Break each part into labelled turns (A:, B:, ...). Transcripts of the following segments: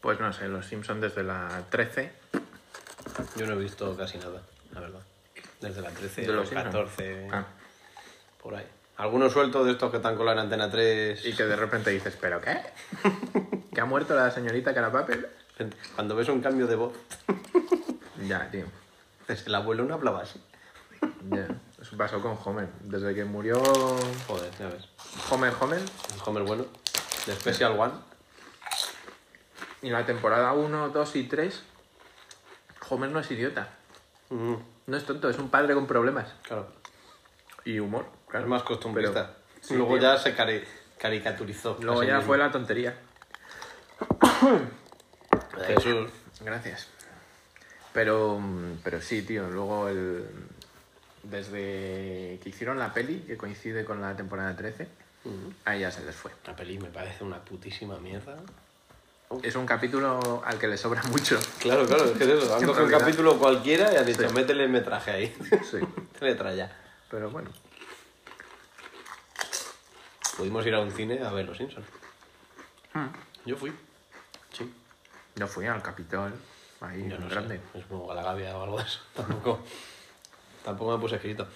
A: Pues no sé, los Simpsons desde la 13.
B: Yo no he visto casi nada, la verdad. Desde la 13,
A: ¿De
B: los
A: los Simpson?
B: 14,
A: Ah,
B: por ahí. Algunos sueltos de estos que están con la antena 3.
A: y que de repente dices, ¿pero qué? ¿Que ha muerto la señorita Carapapel?
B: Cuando ves un cambio de voz,
A: Ya, tío.
B: dices, el abuelo no hablaba así.
A: Ya. Eso pasó con Homer. Desde que murió
B: Joder, ya ves.
A: Homer Homer,
B: Homer bueno. De Special One.
A: y en la temporada 1, 2 y 3, Homer no es idiota.
B: Mm,
A: No es tonto, es un padre con problemas.
B: claro.
A: Y humor, claro.
B: Es más costumbrista.
A: Pero- sí,
B: Luego
A: tío.
B: ya se cari- caricaturizó.
A: Luego
B: a sí
A: ya
B: mismo.
A: fue la tontería.
B: Jesús.
A: Gracias. Pero, mm, pero sí, tío. Luego el. Desde que hicieron la peli, que coincide con la temporada 13, ahí ya se les fue.
B: La peli me parece una putísima mierda.
A: Es un capítulo al que le sobra mucho.
B: Claro, claro, es que es eso. Han
A: En
B: cogido un
A: realidad.
B: capítulo cualquiera y han dicho,
A: Sí.
B: métele metraje ahí.
A: Sí.
B: Metralla.
A: Pero bueno.
B: Pudimos ir a un cine a ver Los Simpsons. Yo fui. Sí.
A: Yo fui al Capitol. Ahí,
B: Yo no
A: grande.
B: sé. Es como Galagavia o algo de eso. Tampoco, tampoco me puse escrito.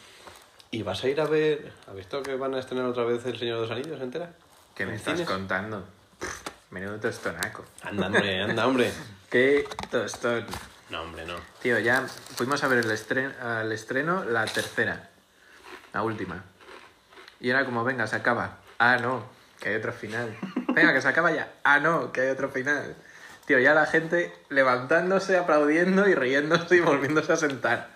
B: ¿Y vas a ir a ver... ¿Has visto que van a estrenar otra vez El Señor de los Anillos entera?
A: ¿Qué me
B: ¿En
A: estás
B: cines?
A: contando? Pff, Menudo tostonaco.
B: Anda, hombre, anda, hombre.
A: ¿Qué tostón?
B: No, hombre, no.
A: Tío, ya fuimos a ver el estreno, al estreno la tercera, la última. Y era como, venga, se acaba. Ah, no, que hay otro final. Venga, que se acaba ya. Ah, no, que hay otro final. Tío, ya la gente levantándose, aplaudiendo y riéndose y volviéndose a sentar.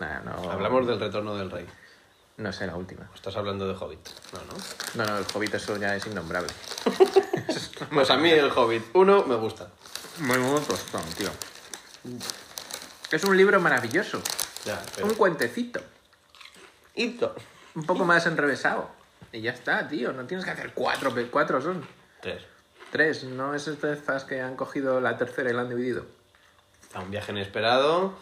A: Nah, no,
B: Hablamos del retorno del rey.
A: No sé, la última.
B: ¿O estás hablando de Hobbit? No, no.
A: No, no, el Hobbit eso ya es innombrable.
B: Pues a mí el Hobbit uno me gusta.
A: Muy, muy tostón, tío. Es un libro maravilloso.
B: Ya,
A: Un cuentecito.
B: Ito.
A: Un poco más enrevesado. Y ya está, tío. No tienes que hacer cuatro, pe- cuatro son.
B: Tres.
A: Tres, no es estas que han cogido la tercera y la han dividido.
B: A un viaje inesperado.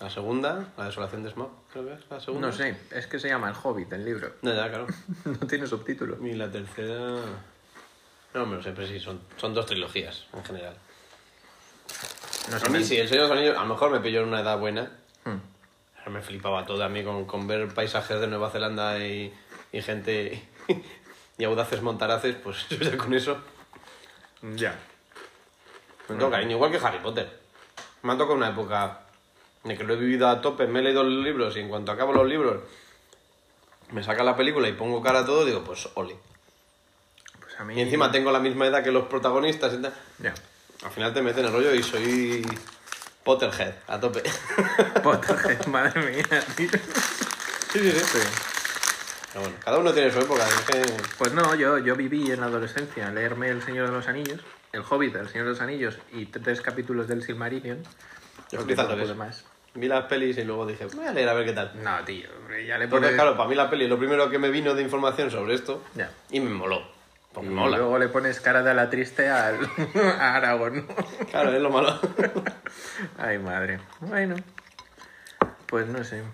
B: La segunda, la desolación de Smaug, creo que es la segunda.
A: No sé, es que se llama El Hobbit, el libro.
B: No, ya, claro.
A: No tiene subtítulo.
B: Y la tercera... No, me lo sé, pero sí, son, son dos trilogías en general.
A: No
B: A
A: sé,
B: mí
A: me-
B: sí, El Señor de los Anillos, a lo mejor me pilló en una edad buena. Pero me flipaba todo a mí con, con ver paisajes de Nueva Zelanda y, y gente... y audaces montaraces, pues yo ya con eso...
A: Hmm. Ya.
B: Me tengo cariño, igual que Harry Potter. Me ha tocado una época de que lo he vivido a tope, me he leído los libros y en cuanto acabo los libros me saca la película y pongo cara a todo, digo, pues ole.
A: Pues a mí.
B: Y encima tengo la misma edad que los protagonistas y tal.
A: Ya.
B: Al final te meten el rollo y soy Potterhead, a tope.
A: Potterhead, madre mía, tío.
B: sí, sí, sí. Pero bueno, cada uno tiene su época. es que-
A: Pues no, yo, yo viví en la adolescencia leerme El Señor de los Anillos, El Hobbit, El Señor de los Anillos y tres capítulos del Silmarillion.
B: Yo
A: porque
B: quizás
A: no
B: lo
A: pude
B: ves.
A: más.
B: Vi las pelis y luego dije, voy a leer a ver qué tal.
A: No, tío, hombre, ya le
B: Porque
A: pones-
B: claro, para mí la peli es lo primero que me vino de información sobre esto
A: Ya.
B: y me moló. Porque
A: Y
B: mola.
A: luego le pones cara de la triste al, a Aragorn.
B: Claro, es lo malo.
A: Ay, madre. Bueno, pues no sé.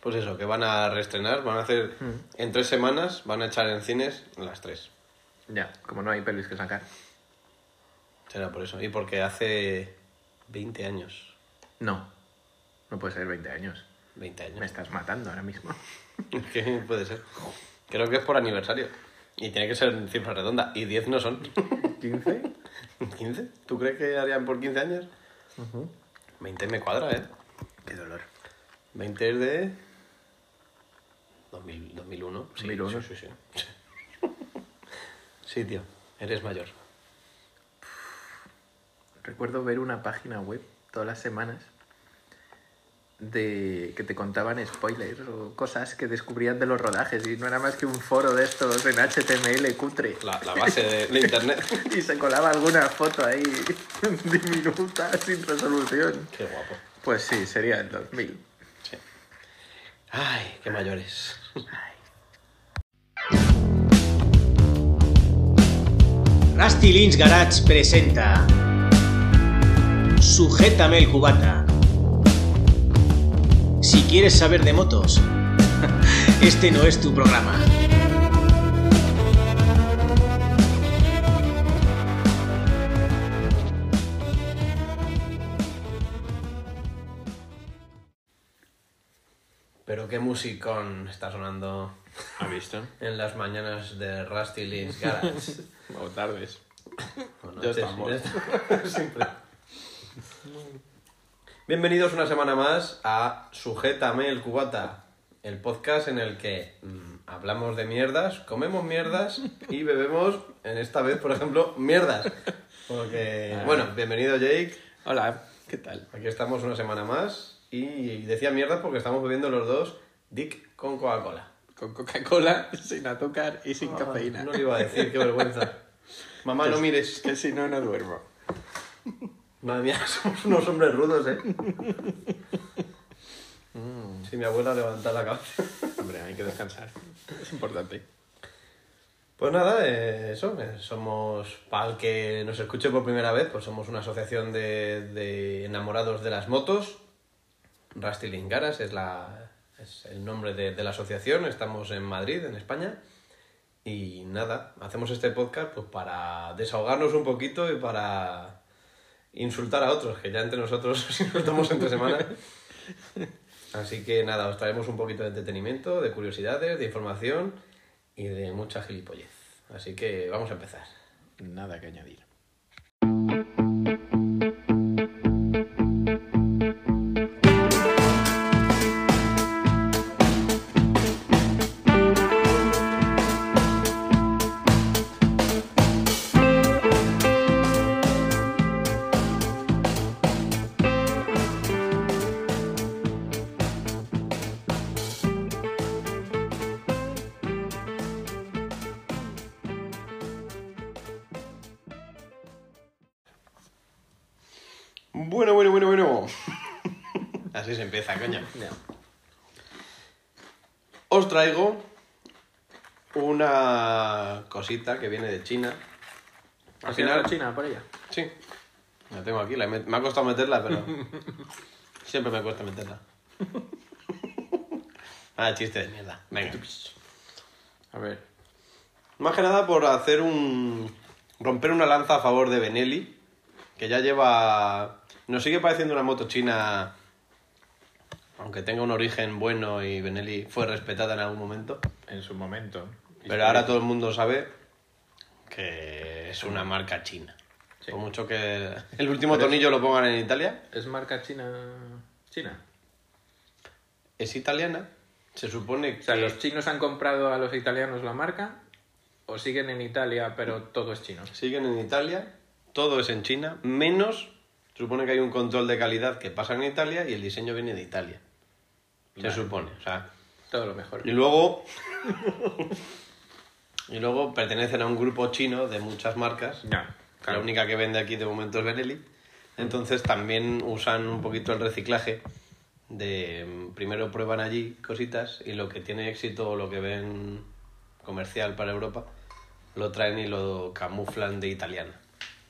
B: Pues eso, que van a reestrenar, van a hacer en tres semanas, van a echar en cines las tres.
A: Ya, como no hay pelis que sacar.
B: Será por eso. Y porque hace 20 años.
A: No, no puede ser 20 años.
B: 20
A: Me
B: años.
A: estás matando ahora mismo.
B: ¿Qué puede ser? Creo que es por aniversario. Y tiene que ser en cifra redonda. Y 10 no son.
A: ¿15?
B: ¿15? ¿Tú crees que harían por 15 años? 20 me cuadra, ¿eh?
A: Qué dolor.
B: 20 es de... 2000, 2001. Sí,
A: 2001.
B: Sí, sí, sí. sí, tío. Eres mayor.
A: Recuerdo ver una página web todas las semanas de que te contaban spoilers o cosas que descubrían de los rodajes y no era más que un foro de estos en HTML cutre.
B: La, la base de- de internet.
A: Y se colaba alguna foto ahí diminuta, sin resolución.
B: Qué guapo.
A: Pues sí, sería el 2000.
B: Sí. Ay, qué mayores.
C: Rusty Lynch Garage presenta Sujétame el cubata. Si quieres saber de motos, este no es tu programa.
B: Pero qué musicón está sonando
D: ¿Ha visto?
B: en las mañanas de Rusty Lee's Garage.
D: O tardes.
B: O
D: Ya
B: noches,
D: estamos.
B: ya está- siempre. Bienvenidos una semana más a Sujétame el Cubata, el podcast en el que mm, hablamos de mierdas, comemos mierdas y bebemos, en esta vez, por ejemplo, mierdas. Porque, bueno, bienvenido Jake.
D: Hola, ¿qué tal?
B: Aquí estamos una semana más y decía mierda porque estamos bebiendo los dos Dick con Coca-Cola.
D: Con Coca-Cola, sin azúcar y
A: Ah,
D: sin cafeína.
B: No lo iba a decir, qué vergüenza. Mamá, no mires.
D: Que si no, no duermo.
B: Madre mía, somos unos hombres rudos, ¿eh? Si mi abuela levanta la cabeza.
D: Hombre, hay que descansar. Es importante.
B: Pues nada, eh, eso, eh, somos, para el que nos escuche por primera vez, pues somos una asociación de, de enamorados de las motos. Rusty Lingaras es, la, es el nombre de, de la asociación, estamos en Madrid, en España. Y nada, hacemos este podcast pues para desahogarnos un poquito y para insultar a otros, que ya entre nosotros nos insultamos entre semana. Así que nada, os traemos un poquito de entretenimiento, de curiosidades, de información y de mucha gilipollez. Así que vamos a empezar.
D: Nada que añadir. Bueno, bueno, bueno, bueno.
B: Así se empieza, coño.
D: Os traigo.
B: Una cosita que viene de China.
A: Al final la China, por ella.
B: Sí. La tengo aquí, la he met- me ha costado meterla, pero. Siempre me cuesta meterla. Ah, chiste de mierda. Venga.
A: A ver.
B: Más que nada por hacer un. romper una lanza a favor de Benelli, que ya lleva. Nos sigue pareciendo una moto china. Aunque tenga un origen bueno y Benelli fue respetada en algún momento.
D: En su momento.
B: Pero ahora todo el mundo sabe que es una marca china. Por mucho que el último tornillo lo pongan en Italia,
A: ¿Es marca china? China.
B: es italiana. Se supone que.
A: O sea, ¿los chinos han comprado a los italianos la marca? ¿O siguen en Italia, pero todo es chino?
B: siguen en Italia, todo es en China, menos, supone que hay un control de calidad que pasa en Italia y el diseño viene de Italia. Se supone, o sea,
A: Todo lo mejor.
B: y luego y luego pertenecen a un grupo chino de muchas marcas.
A: Ya, claro.
B: La única que vende aquí de momento es Benelli. Entonces también usan un poquito el reciclaje de mm, primero prueban allí cositas y lo que tiene éxito o lo que ven comercial para Europa lo traen y lo camuflan de italiana.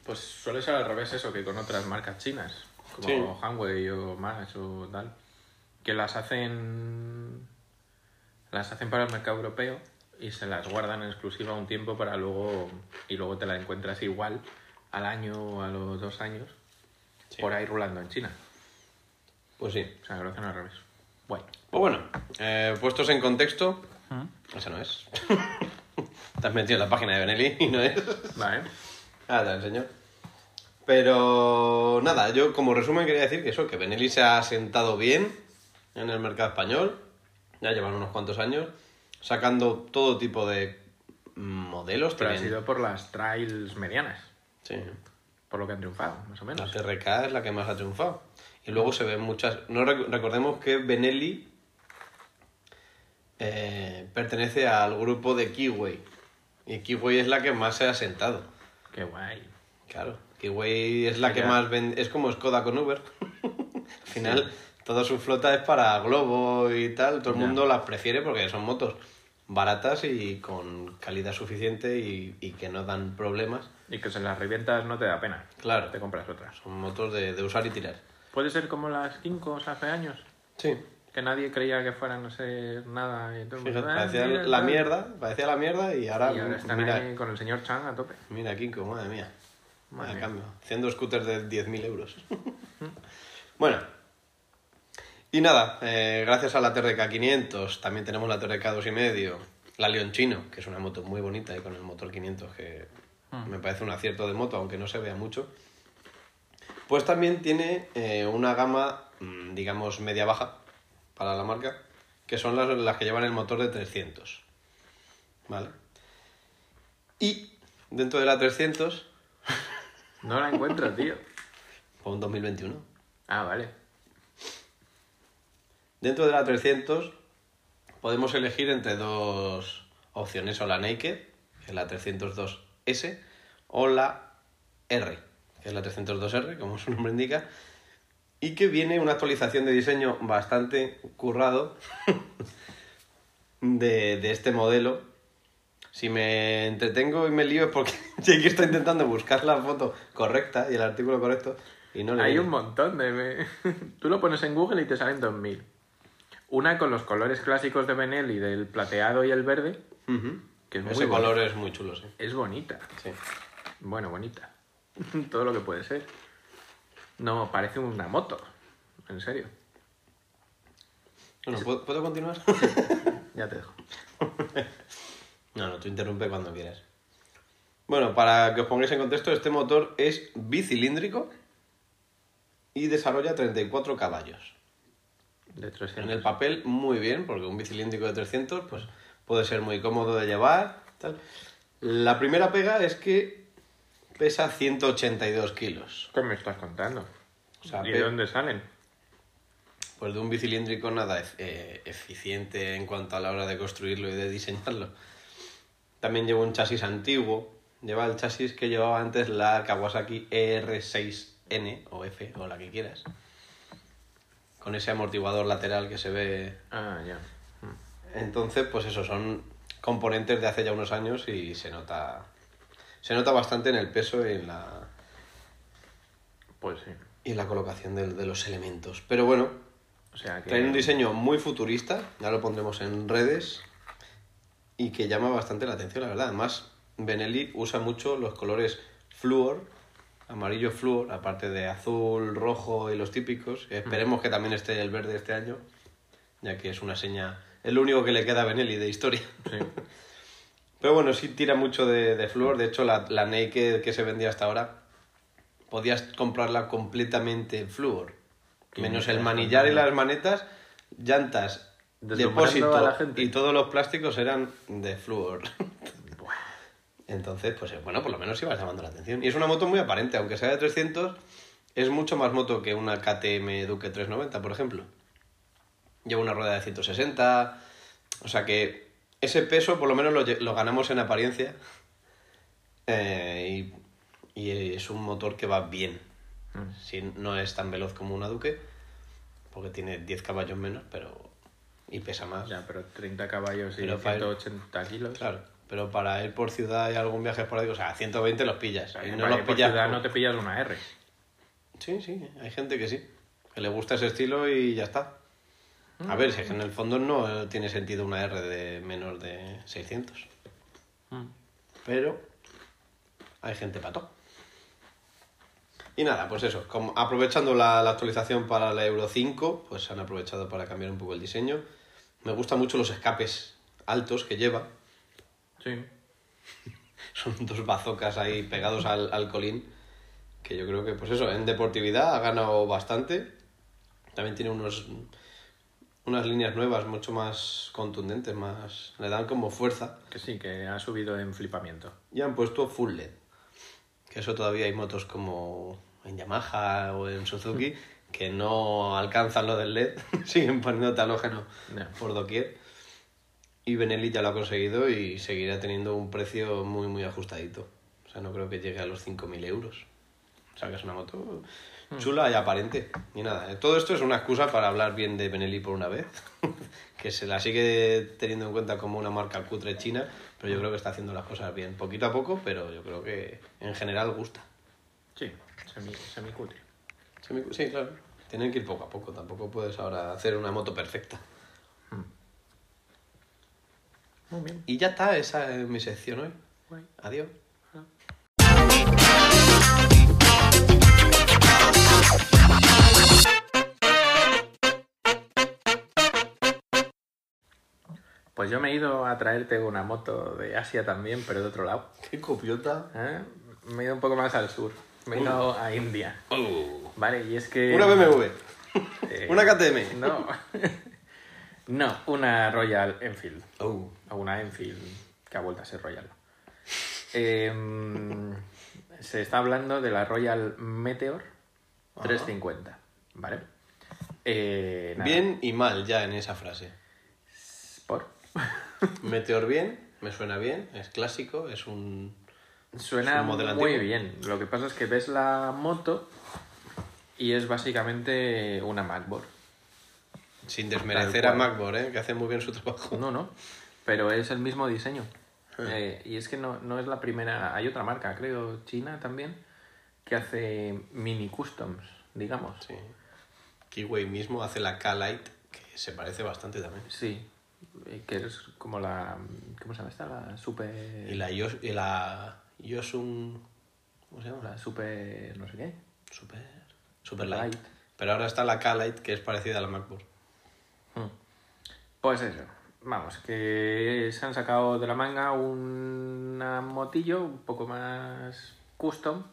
A: Pues suele ser al revés eso que con otras marcas chinas, como
B: Sí.
A: Hanwei o Max o tal, que las hacen las hacen para el mercado europeo y se las guardan en exclusiva un tiempo para luego y luego te la encuentras igual al año o a los dos años por ahí rulando en China.
B: Pues sí.
A: O sea, que lo hacen al revés. Bueno,
B: Pues bueno, eh, puestos en contexto, esa no es. Te has metido en la página de Benelli y no es.
A: vale.
B: Ah, te la enseño. Pero nada, yo como resumen quería decir que eso, que Benelli se ha asentado bien en el mercado español. Ya llevan unos cuantos años sacando todo tipo de modelos.
A: Pero ha
B: tienen-
A: sido por las trails medianas,
B: Sí.
A: por lo que han triunfado, más o
B: La
A: menos.
B: TRK es la que más ha triunfado. Y luego se ven muchas... No rec- recordemos que Benelli eh, pertenece al grupo de Kiwi. Y Kiwi es la que más se ha asentado.
A: Qué guay.
B: Claro, Kiwi es la que
A: Ya.
B: más vende, es como Skoda con Uber. Al final, toda su flota es para Globo y tal, todo el mundo las prefiere porque son motos baratas y con calidad suficiente y, y que no dan problemas.
A: Y que se las revientas no te da pena.
B: Claro.
A: Te compras otras.
B: Son motos de, de usar y tirar.
A: Puede ser como las Kinkos hace años,
B: Sí,
A: que nadie creía que fueran a ser nada. Y todo el mundo, "Ah,
B: parecía
A: mira,
B: la
A: tal".
B: mierda, parecía la mierda y ahora, pues
A: Y ahora están
B: mira,
A: ahí con el señor Chang a tope.
B: Mira, Kinko, madre mía.
A: Madre
B: Madre
A: mía.
B: cambio. Haciendo scooters de 10.000 euros. bueno. Y nada, eh, gracias a la TRK 500, también tenemos la TRK 2,5, la Leonchino, que es una moto muy bonita y con el motor 500 que
A: Ah.
B: me parece un acierto de moto, aunque no se vea mucho. Pues también tiene eh, una gama, mm, digamos, media-baja para la marca, que son las, las que llevan el motor de 300. ¿Vale? Y dentro de la 300,
A: No la encuentro, tío.
B: o un 2021,
A: Ah, vale.
B: dentro de la 300 podemos elegir entre dos opciones, o la Naked, que es la 302S, o la R, que es la 302R, como su nombre indica, y que viene una actualización de diseño bastante currado de, de este modelo. Si me entretengo y me lío es porque Jake está intentando buscar la foto correcta y el artículo correcto y no le
A: Hay
B: viene.
A: un montón de... Tú lo pones en Google y te salen 2000. Una con los colores clásicos de Benelli, del plateado y el verde,
B: Ujú.
A: que es muy
B: Ese
A: bonita.
B: color es muy chulo, sí.
A: Es bonita.
B: sí.
A: Bueno, bonita. Todo lo que puede ser. No, parece una moto. En serio.
B: Bueno, ¿puedo- ¿puedo continuar?
A: Ya te dejo.
B: No, no, tú interrumpe cuando quieras. Bueno, para que os pongáis en contexto, este motor es bicilíndrico y desarrolla 34 caballos.
A: De
B: En
A: 300.
B: el papel, muy bien, porque un bicilíndrico de 300 pues, puede ser muy cómodo de llevar. Tal. La primera pega es que pesa 182 kilos.
A: ¿Qué me estás contando?
B: O sea,
A: ¿Y
B: pe-
A: de dónde salen?
B: Pues de un bicilíndrico nada ef- eh, eficiente en cuanto a la hora de construirlo y de diseñarlo. También lleva un chasis antiguo. Lleva el chasis que llevaba antes la Kawasaki E ER6N o F o la que quieras. Con ese amortiguador lateral que se ve.
A: Ah, ya.
B: Entonces, pues eso, son componentes de hace ya unos años y se nota. Se nota bastante en el peso y en la,
A: Pues sí.
B: y en la colocación del- de los elementos. Pero bueno,
A: O sea que...
B: Trae un diseño muy futurista, ya lo pondremos en redes, y que llama bastante la atención, la verdad. Además, Benelli usa mucho los colores fluor, amarillo fluor, aparte de azul, rojo y los típicos.
A: Mm.
B: Esperemos que también esté el verde este año, ya que es una seña, es lo único que le queda a Benelli de historia.
A: Sí.
B: Pero bueno, sí tira mucho de, de flúor. De hecho, la, la Naked que se vendía hasta ahora, podías comprarla completamente en flúor.
A: Qué
B: Menos
A: mierda,
B: el manillar y
A: ¿no?
B: las manetas, llantas,
A: Deslumbrando
B: depósito
A: a la gente.
B: y todos los plásticos eran de flúor. Entonces, pues eh, bueno, por lo menos ibas llamando la atención. Y es una moto muy aparente, aunque sea de 300, es mucho más moto que una KTM Duke 390, por ejemplo. Lleva una rueda de 160, o sea que ese peso por lo menos lo, lle- lo ganamos en apariencia. Eh, y, y es un motor que va bien.
A: Mm.
B: Si no es tan veloz como una Duque, porque tiene 10 caballos menos, pero. y pesa más.
A: Ya, pero 30 caballos y
B: Pero para el-
A: 180 kilos.
B: Claro, pero para ir por ciudad y algún viaje por ahí, o sea, 120 los pillas. Y
A: Para
B: no los
A: ir por
B: pillas.
A: ciudad
B: por-
A: no te pillas una R.
B: Sí, sí, hay gente que sí. Que le gusta ese estilo y ya está. A ver, si es que en el fondo no tiene sentido una R de menos de 600. Pero hay gente pato. Y nada, pues eso, como- aprovechando la, la actualización para la Euro 5, pues han aprovechado para cambiar un poco el diseño. Me gustan mucho los escapes altos que lleva.
A: Sí.
B: Son dos bazocas ahí pegados al, al colín. Que yo creo que, pues eso, en deportividad ha ganado bastante. También tiene unos, unas líneas nuevas, mucho más contundentes, más le dan como fuerza.
A: Que sí, que ha subido en flipamiento.
B: Y han puesto full LED. Que eso todavía hay motos como en Yamaha o en Suzuki que no alcanzan lo del LED. Siguen poniendo halógeno
A: Ya.
B: por doquier. Y Benelli ya lo ha conseguido y seguirá teniendo un precio muy, muy ajustadito. O sea, no creo que llegue a los 5.000 euros. O sea, que es una moto chula y aparente. Y nada, eh, todo esto es una excusa para hablar bien de Benelli por una vez. que se la sigue teniendo en cuenta como una marca cutre china, pero yo creo que está haciendo las cosas bien. Poquito a poco, pero yo creo que en general gusta.
A: Sí, semi, semicutre.
B: Sí, me- Sí, claro. Tienen que ir poco a poco. Tampoco puedes ahora hacer una moto perfecta.
A: Muy bien.
B: Y ya está, esa es mi sección hoy.
A: Guay.
B: Adiós.
A: Pues yo me he ido a traerte una moto de Asia también, pero de otro lado.
B: Qué copiota.
A: ¿eh? Me he ido un poco más al sur. Me he ido a India. Vale, y es que...
B: Oh. Una BMW.
A: eh,
B: una KTM.
A: No. no, una Royal Enfield.
B: Oh.
A: O una Enfield que ha vuelto a ser Royal. Em, se está hablando de la Royal Meteor 350. ¿Vale? Eh, nada,
B: Bien y mal ya en esa frase.
A: Por.
B: Meteor bien, me suena bien, es clásico, es un... Es
A: Suena
B: un modelo
A: muy
B: antiguo.
A: bien. Lo que pasa es que ves la moto y es básicamente una MacBook.
B: Sin desmerecer
A: Tal
B: a
A: cual.
B: MacBook, ¿eh? que hace muy bien su trabajo.
A: No, no. Pero es el mismo diseño.
B: Ah.
A: Eh, y es que no, no es la primera. Hay otra marca, creo, China también, que hace mini customs, digamos.
B: Sí. Kiwi mismo hace la K-Lite, que se parece bastante también.
A: Sí, eh, que es como la... ¿Cómo se llama esta? La super...
B: Y la, Yos- y la Yosun... ¿Cómo se llama?
A: La super... no sé qué.
B: Super... Super Light.
A: Lite.
B: Pero ahora está la K-Lite, que es parecida a la MacBook.
A: Pues eso. Vamos, que se han sacado de la manga una motillo un poco más custom,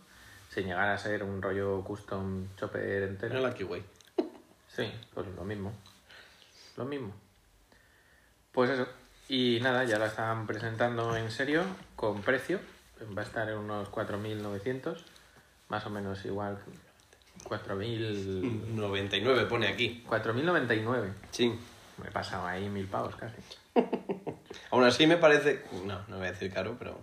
A: sin llegar a ser un rollo custom chopper entero.
B: Era la Kiwi.
A: Sí, pues lo mismo. Lo mismo. Pues eso. Y nada, ya la están presentando en serio, con precio. Va a estar en unos 4.900, más o menos igual. 4.000...
B: 99 pone aquí.
A: 4.099.
B: Sí.
A: Me he pasado ahí mil pavos casi.
B: Aún así me parece... No, no voy a decir caro, pero...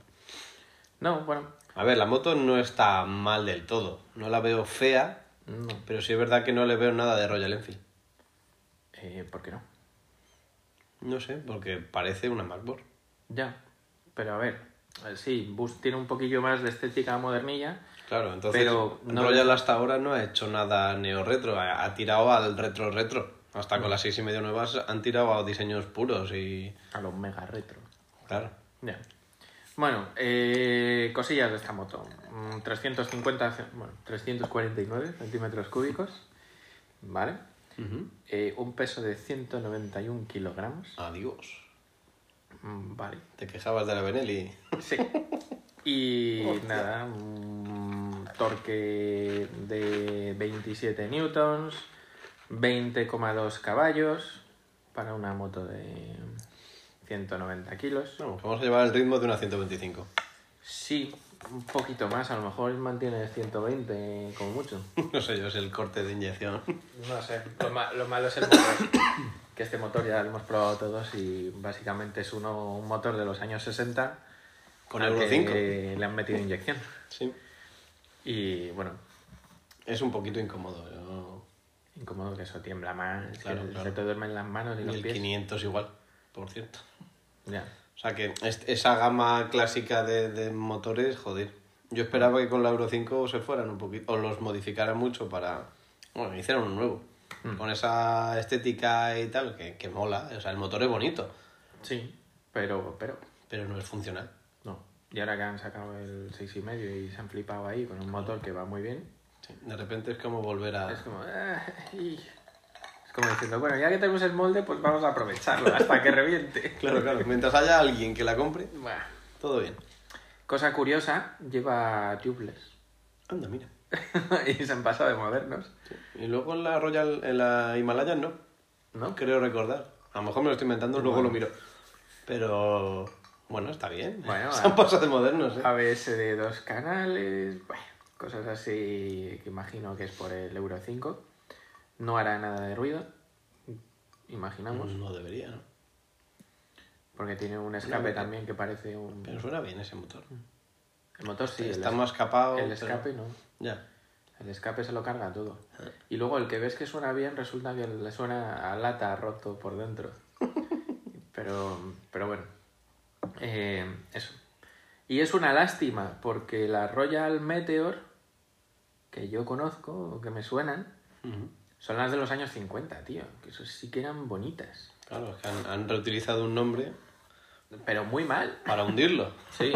A: No, bueno.
B: A ver, la moto no está mal del todo. No la veo fea,
A: No.
B: pero sí es verdad que no le veo nada de Royal Enfield.
A: Eh, ¿Por qué no?
B: No sé, porque parece una MacBook.
A: Ya. Pero a ver. eh, Sí, Bus tiene un poquillo más de estética modernilla.
B: Claro, entonces
A: Pero no-
B: Royal hasta ahora no ha hecho nada neo-retro, ha, ha tirado al retro-retro. Hasta
A: Mm.
B: con las seis y medio nuevas han tirado a diseños puros y...
A: A los mega retro.
B: Claro.
A: Ya. Bueno, eh, cosillas de esta moto. Mm, 350, ce- bueno, 349 centímetros cúbicos, ¿vale? Eh, un peso de 191 kilogramos,
B: Adiós.
A: mm, ¿vale?
B: Te quejabas de la Benelli.
A: Sí. Y nada, un torque de 27 newtons, 20,2 caballos para una moto de 190 kilos.
B: Vamos, vamos a llevar el ritmo de una 125.
A: Sí, un poquito más, a lo mejor mantiene 120 como mucho.
B: no sé yo, es el corte de inyección.
A: No sé, lo, ma- lo malo es el motor. que este motor ya lo hemos probado todos y básicamente es uno, un motor de los años 60
B: Con
A: al
B: Euro
A: Ah, que
B: 5.
A: le han metido inyección.
B: Sí.
A: Y bueno,
B: Es un poquito incómodo. yo-
A: incómodo que eso tiembla más, que
B: Claro, claro.
A: se te duermen las manos y
B: Y
A: los
B: el
A: pies.
B: 500 igual, por cierto.
A: Ya.
B: O sea que es- esa gama clásica de, de motores, joder. Yo esperaba que con la Euro 5 se fueran un poquito, o los modificaran mucho para... Bueno, hicieron un nuevo.
A: Hmm.
B: Con esa estética y tal, que, que mola. O sea, el motor es bonito,
A: Sí, pero, pero,
B: pero no es funcional.
A: no. Y ahora que han sacado el 6,5 y se han flipado ahí con un motor que va muy bien,
B: Sí, De repente es como volver a...
A: Es como, "Ah, y-". es como diciendo, bueno, ya que tenemos el molde, pues vamos a aprovecharlo hasta que reviente.
B: Claro, claro. Mientras haya alguien que la compre,
A: Buah.
B: todo bien.
A: Cosa curiosa, lleva tubeless.
B: Anda, mira.
A: y se han pasado de modernos,
B: Y luego en la Royal, en la Himalaya no.
A: ¿no?
B: Creo recordar. A lo mejor me lo estoy inventando, luego
A: Bueno.
B: lo miro. Pero bueno, está bien.
A: Bueno,
B: Se han
A: a-
B: pasado de modernos, ¿eh?
A: ABS de dos canales, bueno, cosas así que imagino que es por el Euro 5. No hará nada de ruido, imaginamos,
B: No debería, ¿no? Mm.
A: porque tiene un escape
B: vez-
A: también que parece un...
B: Pero suena bien ese motor.
A: El motor sí, el
B: Está
A: es-
B: más capado.
A: el
B: pero-
A: escape no.
B: Ya.
A: El escape se lo carga todo. Y luego el que ves que suena bien resulta que le suena a lata roto por dentro. Pero, pero bueno. Eh, eso. Y es una lástima porque la Royal Meteor, que yo conozco o que me suenan,
B: Ujú.
A: son las de los años 50, tío. Que eso sí que eran bonitas.
B: Claro, es que han, han reutilizado un nombre
A: Pero muy mal.
B: para hundirlo.
A: Sí.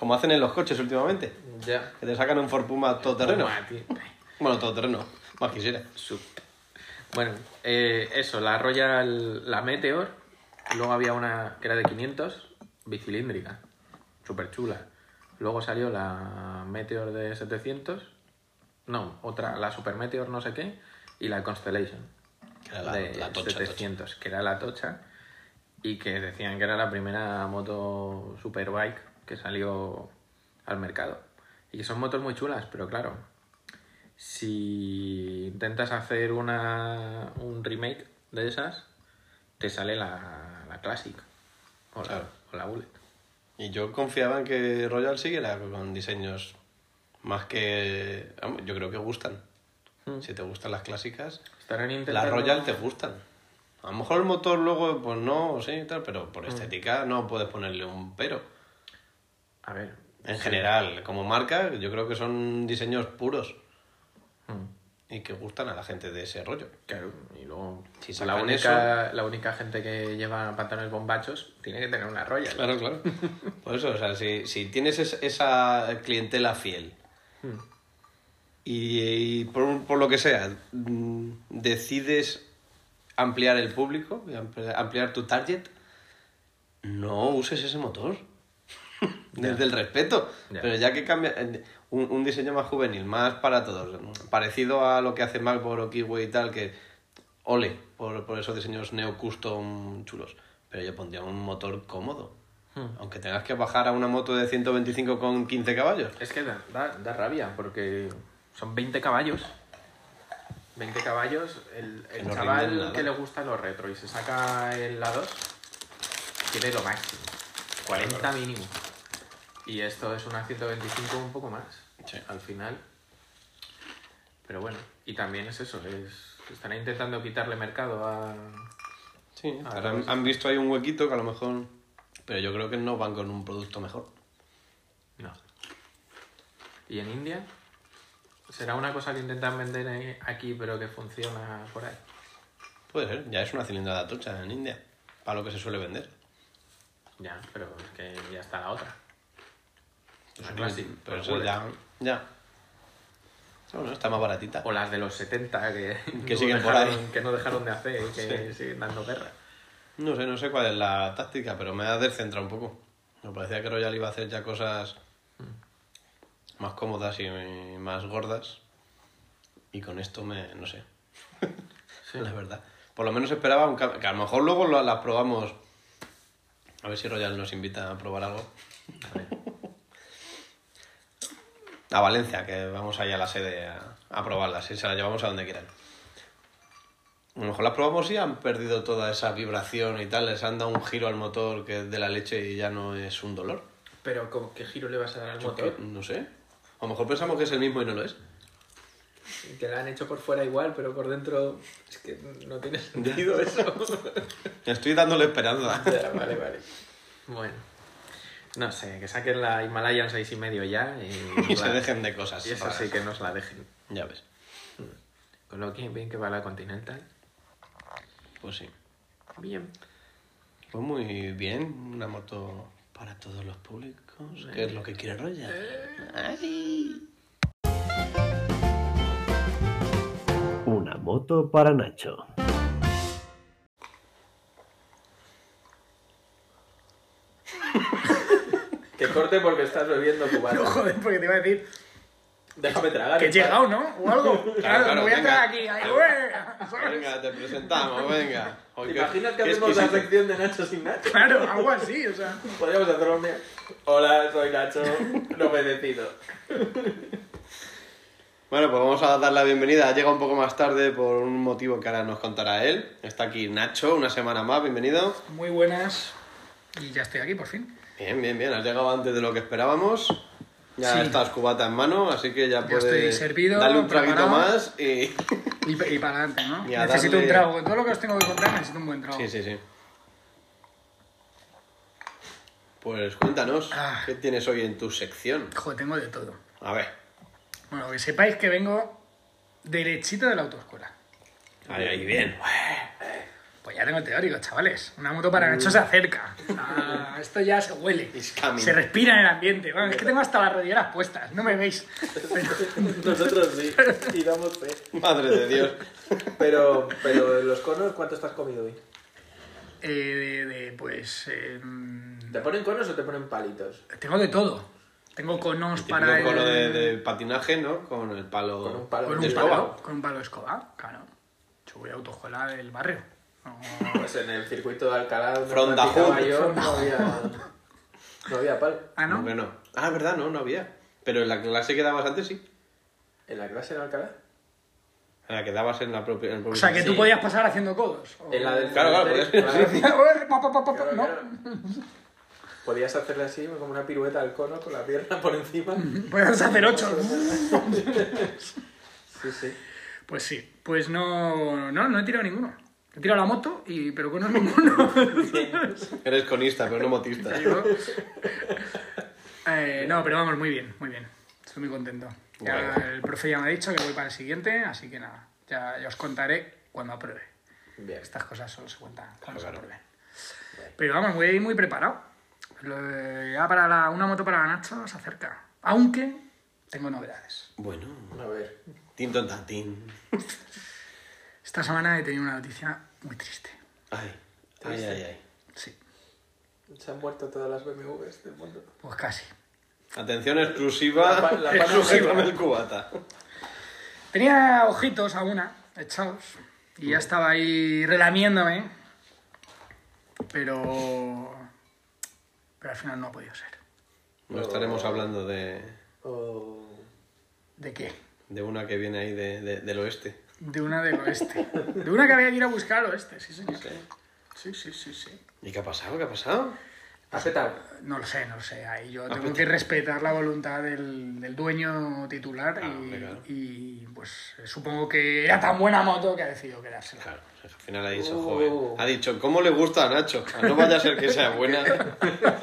B: Como hacen en los coches últimamente.
A: ya.
B: Que te sacan un Ford Puma todoterreno.
A: Buah, tío.
B: Bueno, todoterreno. Más quisiera.
A: Su- Bueno, eh, eso, la Royal, la Meteor, Luego había una que era de 500, bicilíndrica, súper chula. Luego salió la Meteor de 700, no, otra, la Super Meteor no sé qué, y la Constellation
B: Que era la,
A: de
B: la tocha, tocha.
A: 700, que era la tocha, y que decían que era la primera moto superbike que salió al mercado. Y que son motos muy chulas, pero claro, si intentas hacer una, un remake de esas, te sale la, la Classic o la,
B: Claro.
A: o la Bullet.
B: Y yo confiaba en que Royal siguiera con diseños más que... vamos, Yo creo que gustan.
A: Mm.
B: Si te gustan las clásicas,
A: Estarán
B: las
A: intentando...
B: Royal te gustan. A lo mejor el motor luego, pues no, sí, y tal, pero
A: Mm.
B: por estética no puedes ponerle un pero.
A: A ver,
B: En general, como marca, yo creo que son diseños puros
A: mm,
B: y que gustan a la gente de ese rollo.
A: claro, y luego...
B: Si
A: la,
B: sacan
A: única, la única gente que lleva pantalones bombachos tiene que tener una Royal.
B: Claro, claro. Por eso, o sea, si, si tienes es- esa clientela fiel Hmm. y, y por, un- por lo que sea, mm, decides ampliar el público, ampli- ampliar tu target, no uses ese motor. Desde el respeto.
A: Ya.
B: Pero ya que cambia eh, un, un diseño más juvenil, más para todos, parecido a lo que hace Marlboro, Kiwi y tal, que ole por, por esos diseños neo custom chulos. Pero yo pondría un motor cómodo.
A: Hmm.
B: Aunque tengas que bajar a una moto de 125 con 15 caballos.
A: Es que da, da- da rabia, porque son 20 caballos. 20 caballos. El, el
B: no rinden
A: chaval
B: nada.
A: que le gusta lo retro y se saca el la 2, quiere lo máximo. 40 mínimo. Y esto es una 125 un poco más.
B: Sí.
A: Al final. Pero bueno, y también es eso, es, están intentando quitarle mercado a...
B: Sí,
A: Ah,
B: ahora han,
A: pues-
B: han visto ahí un huequito que a lo mejor. Pero yo creo que no van con un producto mejor.
A: No. ¿Y en India? ¿Será una cosa que intentan vender eh, aquí pero que funciona por ahí?
B: Puede ser, ya es una cilindrada tocha en India. Para lo que se suele vender.
A: Ya, pero es que ya está la otra. La
B: Eso
A: Classic,
B: es-
A: pero
B: Pero eso
A: Bullet.
B: ya. Ya. Bueno, está más baratita.
A: O las de los 70 que,
B: Que
A: no
B: siguen por
A: dejaron-
B: ahí.
A: que no dejaron de hacer y que siguen dando guerra.
B: No sé, no sé cuál es la táctica, pero me ha descentrado un poco. Me parecía que Royal iba a hacer ya cosas más cómodas y más gordas. Y con esto me. no sé.
A: Sí.
B: La verdad. Por lo menos esperaba un cam- que a lo mejor luego lo- las probamos. A ver si Royal nos invita a probar algo.
A: A ver.
B: A Valencia, que vamos ahí a la sede a, a probarlas y se las llevamos a donde quieran. A lo mejor las probamos y han perdido toda esa vibración y tal, les han dado un giro al motor que es de la leche y ya no es un dolor.
A: Pero ¿con qué giro le vas a dar al motor?
B: No sé. A lo mejor pensamos que es el mismo y no lo es.
A: Que la han hecho por fuera igual, pero por dentro es que no tiene sentido eso.
B: Estoy dándole esperanza.
A: Ya, vale, vale. Bueno. No sé, que saquen la Himalaya en 6,5 ya y,
B: y se dejen de cosas.
A: Y eso
B: raras.
A: sí que nos la dejen.
B: Ya ves.
A: Con lo que bien que va la Continental.
B: Pues sí.
A: Bien.
B: Pues muy bien, una moto para todos los públicos, que es lo que quiere Royal. ¡Ay!
E: Una moto para Nacho.
A: Que corte porque estás bebiendo cubano.
F: Joder, porque te iba a decir
A: Déjame tragar.
F: que he llegado, ¿no? O algo. Claro,
B: claro,
F: me voy a entrar aquí.
B: venga.
F: Ay, güey, ¿sabes?
B: Venga, te presentamos, venga.
A: ¿Te
B: Oye, qué-
A: imaginas que
B: qué
A: hacemos la
B: exquisito.
A: sección de Nacho sin Nacho?
F: Claro, algo así, o sea.
A: Podríamos hacer un... Hola, soy Nacho, no me decido.
B: Bueno, pues vamos a dar la bienvenida. Ha llegado un poco más tarde por un motivo que ahora nos contará él. Está aquí Nacho, una semana más, bienvenido.
F: Muy buenas. Y ya estoy aquí, por fin.
B: Bien, bien, bien, has llegado antes de lo que esperábamos. Ya
F: Sí.
B: estás cubata en mano, así que ya
F: Ya
B: puedes
F: estoy servido,
B: darle un traguito
F: preparado.
B: más y...
F: Y, pa- y para adelante, ¿no?
B: Y a
F: Necesito
B: darle-
F: un trago. Todo lo que os tengo que contar necesito un buen trago.
B: Sí, sí, sí. Pues cuéntanos,
F: Ah.
B: ¿qué tienes hoy en tu sección?
F: Joder, tengo de todo.
B: A ver,
F: Bueno, que sepáis que vengo derechito de la autoescuela.
B: ahí, ahí, bien.
F: Pues ya tengo teórico, chavales. Una moto
B: Mm.
F: para Nacho se acerca. Ah, esto ya se huele.
B: It's coming.
F: Se respira en el ambiente. Bueno, es que tengo hasta las rodilleras puestas. No me veis.
A: Nosotros sí, y damos fe.
B: Madre de Dios.
A: Pero, pero los conos, ¿cuánto estás comido hoy?
F: eh, de, de, pues, eh,
A: ¿Te ponen conos o te ponen palitos?
F: tengo de todo. Tengo conos
B: Típico
F: para
B: cono
F: el-
B: de, de patinaje, ¿no? Con el palo.
A: Con un palo.
F: con
B: de
F: un
B: escoba.
F: palo, con un palo de escoba, claro. Yo voy a autojuela del barrio. No,
A: Pues en el circuito de Alcalá, donde
B: Fronda
A: practicaba
B: Hood.
A: yo, no había, no había palo.
F: Ah,
B: No,
F: ¿no?
B: que no. Ah, verdad, no, no había. Pero en la clase que dabas antes sí.
A: ¿En la clase de Alcalá?
B: En la que dabas en, la propia, en el
F: O
B: propio-
F: sea, que tú
A: Sí.
F: podías pasar haciendo codos. o-
A: En la del
B: Claro, claro,
A: cementerio,
B: podías-
A: claro.
F: Pa, pa, pa, pa,
A: Claro,
F: ¿no?
A: claro. Podías hacerle así, como una pirueta al cono con la pierna por encima.
F: Podías hacer ocho.
A: Sí, sí.
F: Pues sí, pues no, no, no he tirado ninguno. He tirado la moto, y, pero conos ninguno.
B: Eres conista, pero no motista.
F: Yo- Eh, no, pero vamos, muy bien, muy bien. Estoy muy contento. Ya
B: Guay.
F: el profe ya me ha dicho que voy para el siguiente, así que nada, ya, ya os contaré cuando apruebe.
A: Bien.
F: Estas cosas solo se cuentan cuando se
B: Claro,
F: aprueben. Pero vamos, voy a ir muy preparado. Lo- eh, Ya para la- una moto para la Nacho se acerca. Aunque tengo novedades.
B: Bueno,
A: A ver.
B: tinto en tatín.
F: Esta semana he tenido una noticia muy triste.
B: Ay, ay, ay, ay.
F: Sí,
A: Se han muerto todas las BMWs del mundo.
F: pues casi.
B: Atención exclusiva.
A: La pa- la
B: exclusiva.
A: exclusiva.
B: el cubata.
F: Tenía ojitos a una, echados, y ya estaba ahí relamiéndome, pero... Pero al final no ha podido ser.
B: No estaremos hablando de,
A: O...
F: ¿De qué?
B: de una que viene ahí de- de- del oeste.
F: De una del oeste. De una que había que ir a buscar al oeste, sí señor. Sí, sí, sí, sí.
B: ¿Y qué ha pasado? ¿Qué ha pasado?
A: ¿Has petado?
F: No lo sé, no lo sé. Ahí
B: Ah,
F: yo
B: pues
F: tengo que respetar la voluntad del, del dueño titular
B: Ah,
F: y,
B: hombre, claro.
F: y, pues supongo que era tan buena moto que ha decidido quedársela.
B: Claro, o sea, que al final ha dicho,
F: Uh.
A: Oh.
B: joven. Ha dicho, ¿cómo le gusta a Nacho? Ah, No vaya a ser que sea buena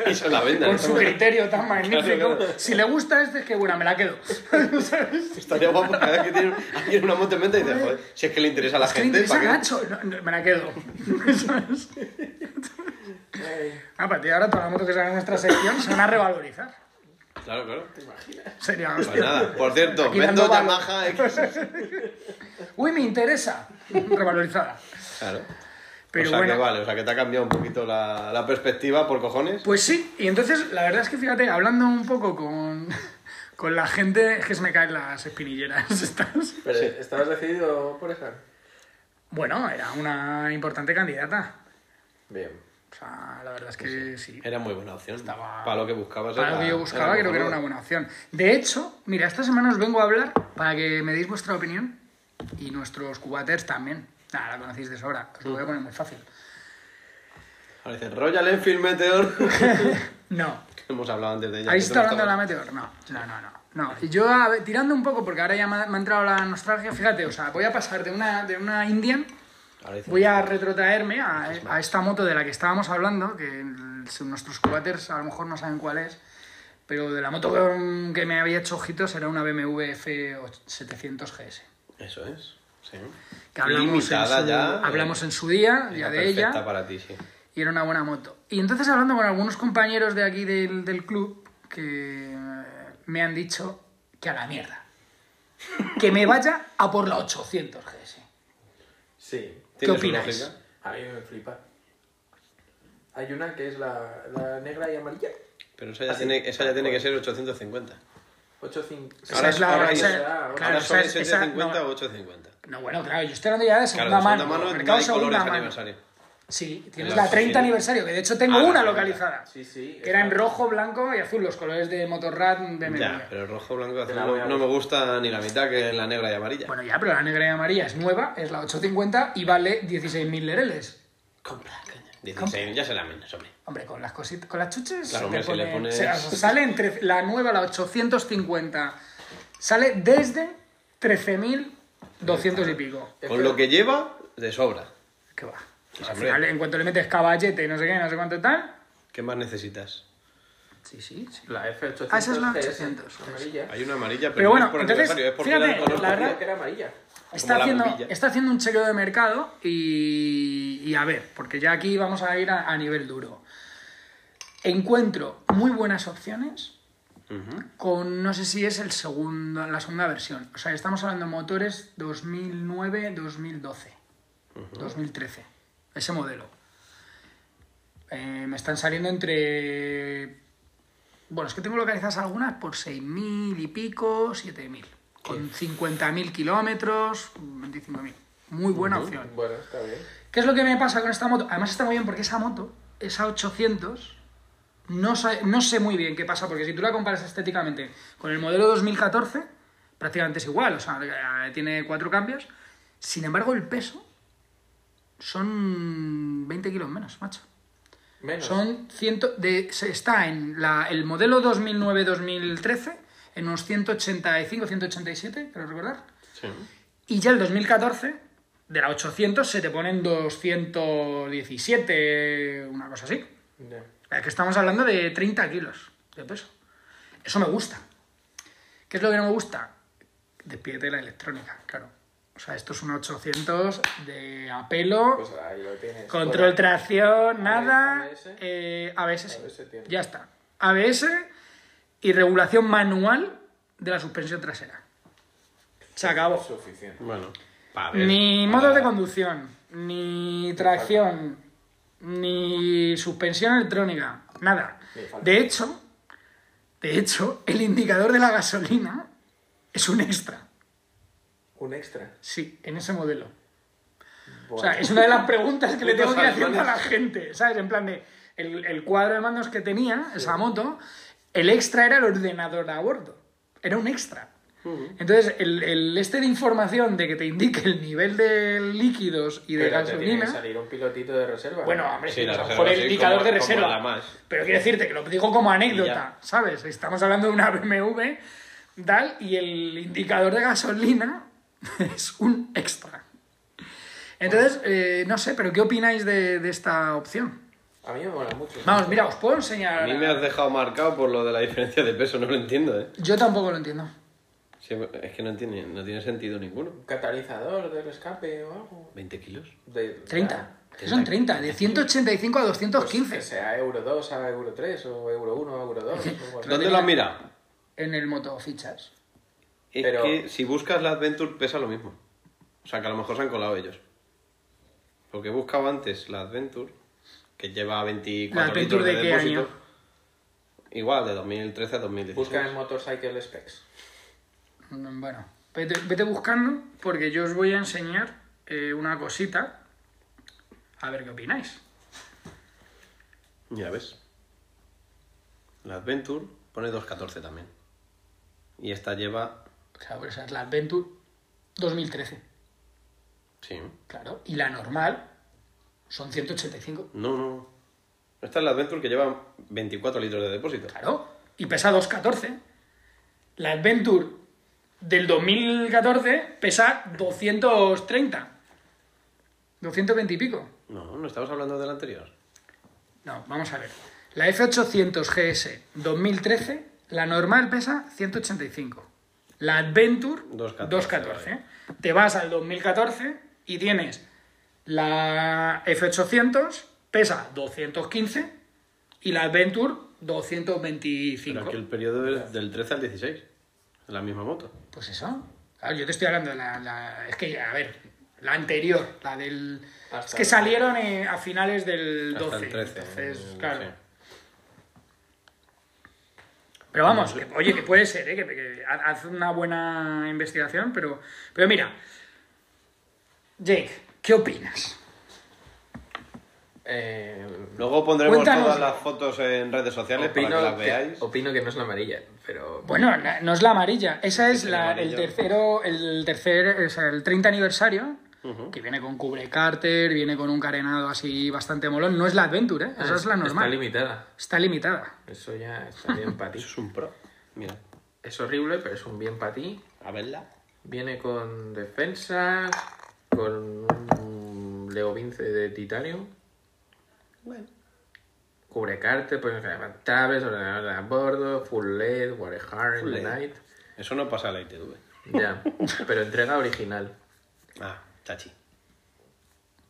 B: y se la venda.
F: Con su criterio tan magnífico.
B: Claro, claro.
F: Si le gusta este, es que buena, me la quedo. ¿Sabes?
B: Estaría guapo cada vez que tiene alguien una moto en venta y dice, joder, si es que le interesa a la
F: Es que le
B: gente.
F: interesa a
B: ¿para qué?
F: Nacho. No, no, me la quedo. ¿Sabes?
A: Ay,
F: A partir de Ah, ahora, todas las motos que salgan en nuestra sección se van a revalorizar.
B: Claro, claro.
F: Sería
B: Pues
F: hostia.
B: nada, por cierto,
F: Aquí
B: vendo
F: dando valor.
B: Yamaha X.
F: Uy, me interesa. Revalorizada.
B: Claro.
F: Pero
B: o sea
F: bueno.
B: que vale, o sea que te ha cambiado un poquito la, la perspectiva por cojones.
F: Pues sí, y entonces la verdad es que fíjate, hablando un poco con, con la gente, es que se me caen las espinilleras estas.
A: Pero, ¿estabas decidido por esa?
F: Bueno, era una importante candidata.
A: Bien.
F: O sea, la verdad es que sí.
B: Era muy buena opción.
F: Estaba-
B: Para lo que buscabas.
F: Para lo que yo buscaba, creo que era una buena opción. De hecho, mira, esta semana os vengo a hablar para que me deis vuestra opinión y nuestros cubaters también. Nada, la conocéis de sobra, os lo voy a poner muy fácil.
B: Ahora dice, Royal Enfield Meteor. que
F: No,
B: hemos hablado antes de ella.
F: ahí
B: que tú
F: está
B: no
F: hablando de la
B: estabas.
F: Meteor. No, no, no, no. No, Y yo a ver, tirando un poco, porque ahora ya me ha, me ha entrado la nostalgia, fíjate, o sea, voy a pasar de una, de una Indian,
B: Ahora dice,
F: voy a retrotraerme a, a esta moto de la que estábamos hablando, que el- si nuestros cubaters a lo mejor no saben cuál es, pero de la moto que- que me había hecho ojitos era una BMW F700 GS.
B: Eso es. Sí.
F: que hablamos, en
B: Limitada
F: su,
B: ya,
F: hablamos
B: eh,
F: en su día,
B: era
F: ya de
B: perfecta
F: ella,
B: para ti, sí.
F: y era una buena moto. Y entonces hablando con algunos compañeros de aquí del, del club, que eh, me han dicho que a la mierda, que me vaya a por la 800 GS.
A: Sí.
F: ¿Qué
B: ¿Tiene su
F: opináis?
B: lógica?
A: A mí me flipa. Hay una que es la, la negra y amarilla.
B: Pero esa ya, tiene, esa ya tiene que ser 850.
A: 85.
F: Esa
B: Ahora
F: es la-
B: ahora
F: esa-
B: es-
A: claro,
B: ahora
F: esa
B: son
F: es- esa-
B: 750
F: no.
B: o 850.
F: No, bueno, claro, yo estoy hablando ya de
B: Claro,
F: segunda
B: de segunda
F: mano,
B: mano no
F: mercado
B: hay
F: segunda
B: colores
F: mano.
B: aniversario.
F: Sí, tienes
B: Las
F: la 30
B: oficinas.
F: aniversario, que de hecho tengo
B: Ah, la
F: una
B: 30.
F: localizada.
A: Sí, sí,
F: Que era en
A: está.
F: rojo, blanco y azul, los colores de Motorrad BMW.
B: Ya, pero el rojo, blanco, azul
A: Te la voy
B: no,
A: a
B: no me gusta ni la mitad que la negra y amarilla.
F: Bueno, ya, pero la negra y amarilla es nueva, es la 850 y vale 16.000 lereles.
B: compra, caña. 16, ya se la menos, hombre.
F: Hombre, con las cositas, con las chuches,
B: Claro,
F: te
B: hombre, si le
F: ponen-
B: pones-
F: se- o sea, sale entre la nueva, la 850, sale desde 13.200 y pico.
A: Es
B: Con
A: que-
B: lo que lleva, de sobra.
F: Que va.
B: Pues,
F: Al
B: hombre.
F: final, en cuanto le metes caballete y no sé qué, no sé cuánto y tal.
B: ¿Qué más necesitas?
F: Sí, sí, sí.
A: La F800.
F: Ah, esa es la
A: GS,
F: 800,
A: Amarilla.
B: Hay una amarilla, pero,
F: Pero bueno,
B: no es por
F: entonces,
B: aniversario, es porque
F: fíjate,
B: era el color.
F: la
A: Yo
F: verdad-
A: que era amarilla.
F: Está
B: la
F: haciendo,
B: bombilla.
F: está haciendo un chequeo de mercado y, y a ver, porque ya aquí vamos a ir a, a nivel duro. Encuentro muy buenas opciones con, no sé si es el segundo, la segunda versión. O sea, estamos hablando de motores 2009, 2012, 2013, ese modelo. Eh, me están saliendo entre. Bueno, es que tengo localizadas algunas por 6.000 y pico, 7.000. Con 50.000 kilómetros, 25.000. Muy buena opción.
B: Bueno, está bien.
F: ¿Qué es lo que me pasa con esta moto? Además está muy bien porque esa moto, esa 800, no, sa- no sé muy bien qué pasa, porque si tú la comparas estéticamente con el modelo 2014, prácticamente es igual, o sea, eh, tiene cuatro cambios. Sin embargo, el peso son 20 kilos menos, macho.
A: Menos.
F: Son ciento, de, se está en la, el modelo 2009-2013 en unos 185, 187, creo recordar.
B: Sí.
F: Y ya el 2014, de la 800, se te ponen 217, una cosa así. Es que estamos hablando de 30 kilos de peso. Eso me gusta. ¿Qué es lo que no me gusta? Despídete de la electrónica, claro. O sea, esto es un 800 de a pelo,
A: Pues ahí lo tienes.
F: control
A: Bueno,
F: tracción, nada.
A: ABS.
F: eh, ABS, sí.
A: ABS tiene.
F: ya está. ABS y regulación manual de la suspensión trasera. Se acabó.
A: Suficiente.
B: Bueno. pa' ver.
F: Ni modo de conducción, ni tracción, ni suspensión electrónica, nada. De hecho, de hecho, el indicador de la gasolina es un extra.
A: Un extra.
F: Sí, en ese modelo. O
A: Bueno.
F: sea, es una de las preguntas que le tengo que ir
B: Putos
F: haciendo a la
B: alemanes.
F: gente, ¿sabes? En plan de, el, el cuadro de mandos que tenía esa moto, el extra era el ordenador a bordo. Era un extra. Entonces, el, el este de información de que te indique el nivel de líquidos y de
A: Pero te tiene que
F: gasolina...
A: salir un pilotito de reserva.
F: Bueno, hombre,
B: Sí, la
F: a lo
B: reserva
F: mejor el
B: sí,
F: indicador
B: como-
F: de
B: como
F: reserva.
B: la más.
F: Pero quiero decirte que lo digo como anécdota, ¿sabes? Estamos hablando de una BMW, tal, y el indicador de gasolina es un extra. Entonces, eh, no sé, pero ¿qué opináis de, de esta opción?
A: A mí me mola mucho.
F: Vamos, mira, os puedo
B: A
F: enseñar.
B: mí me has dejado marcado por lo de la diferencia de peso, no lo entiendo, ¿eh?
F: Yo tampoco lo entiendo.
B: Sí, es que no tiene, no tiene sentido ninguno.
A: Un catalizador del escape o algo.
B: 20 kilos.
A: De, pues,
F: 30. Que son 30, de 185 a
A: Que
B: Pues,
F: 215
A: sea euro 2 a euro 3 o euro 1 a euro 2.
B: ¿Dónde lo has mirado?
F: en el motofichas.
B: Es
A: Pero-
B: que si buscas la Adventure pesa lo mismo. O sea, que a lo mejor se han colado ellos. Porque he buscado antes la Adventure, que lleva 24
F: ¿La Adventure
B: litros
F: de qué
B: depósito.
F: año?
B: Igual, de 2013 a 2016.
A: Busca en Motorcycle Specs.
F: Mm, Bueno, vete, vete buscando porque yo os voy a enseñar eh, una cosita. A ver qué opináis.
B: Ya ves. La Adventure pone 2.14 también. Y esta lleva...
F: Claro, pero esa es pues, la Adventure 2013.
B: Sí.
F: Claro. Y la normal son 185.
B: No, no. Esta es la Adventure que lleva 24 litros de depósito.
F: Claro. Y pesa 214. La Adventure del 2014 pesa 230. 220 y pico.
B: No, no estamos hablando del anterior.
F: No, vamos a ver. La F800 GS 2013, la normal pesa 185. La Adventure
B: 214,
F: 214. Te vas al 2014 y tienes la F800 pesa 215 y la Adventure
B: Pero
F: 225.
B: aquí el periodo es del 13 al 16. La misma moto.
F: Pues eso. Claro, yo te estoy hablando de la, la- Es que, a ver, la anterior, la del...
A: Hasta
F: es que
A: el-
F: salieron eh, a finales del 12.
B: Hasta el 13.
F: entonces,
B: eh,
F: claro.
B: sí.
F: Pero vamos, que- oye, que puede ser, ¿eh? que, que ha- haz una buena investigación, pero, pero mira, Jake, ¿qué opinas?
A: Eh,
B: Luego pondremos
F: Cuéntanos.
B: todas las fotos en redes sociales para que las veáis.
A: opino que no es la amarilla, pero.
F: Bueno, la- no es la amarilla, esa es
B: el
F: la- el
B: amarillo.
F: tercero, el tercer, o sea, el 30 aniversario, que viene con cubre cárter, viene con un carenado así bastante molón, no es la Adventure, ¿eh? esa es la normal,
A: Está limitada.
F: está, limitada.
A: Eso ya está bien para ti.
B: Eso es un pro. Mira,
A: Es horrible, pero es un bien para ti.
B: a verla.
A: Viene con defensa, con un Leo Vince de titanio. Bueno. Cubre cárter, pues levantables, ordenador a bordo, full LED, Warrior
B: Full LED.
A: Night.
B: Eso no pasa a la ITV.
A: Ya, pero entrega original.
B: Ah, chachi.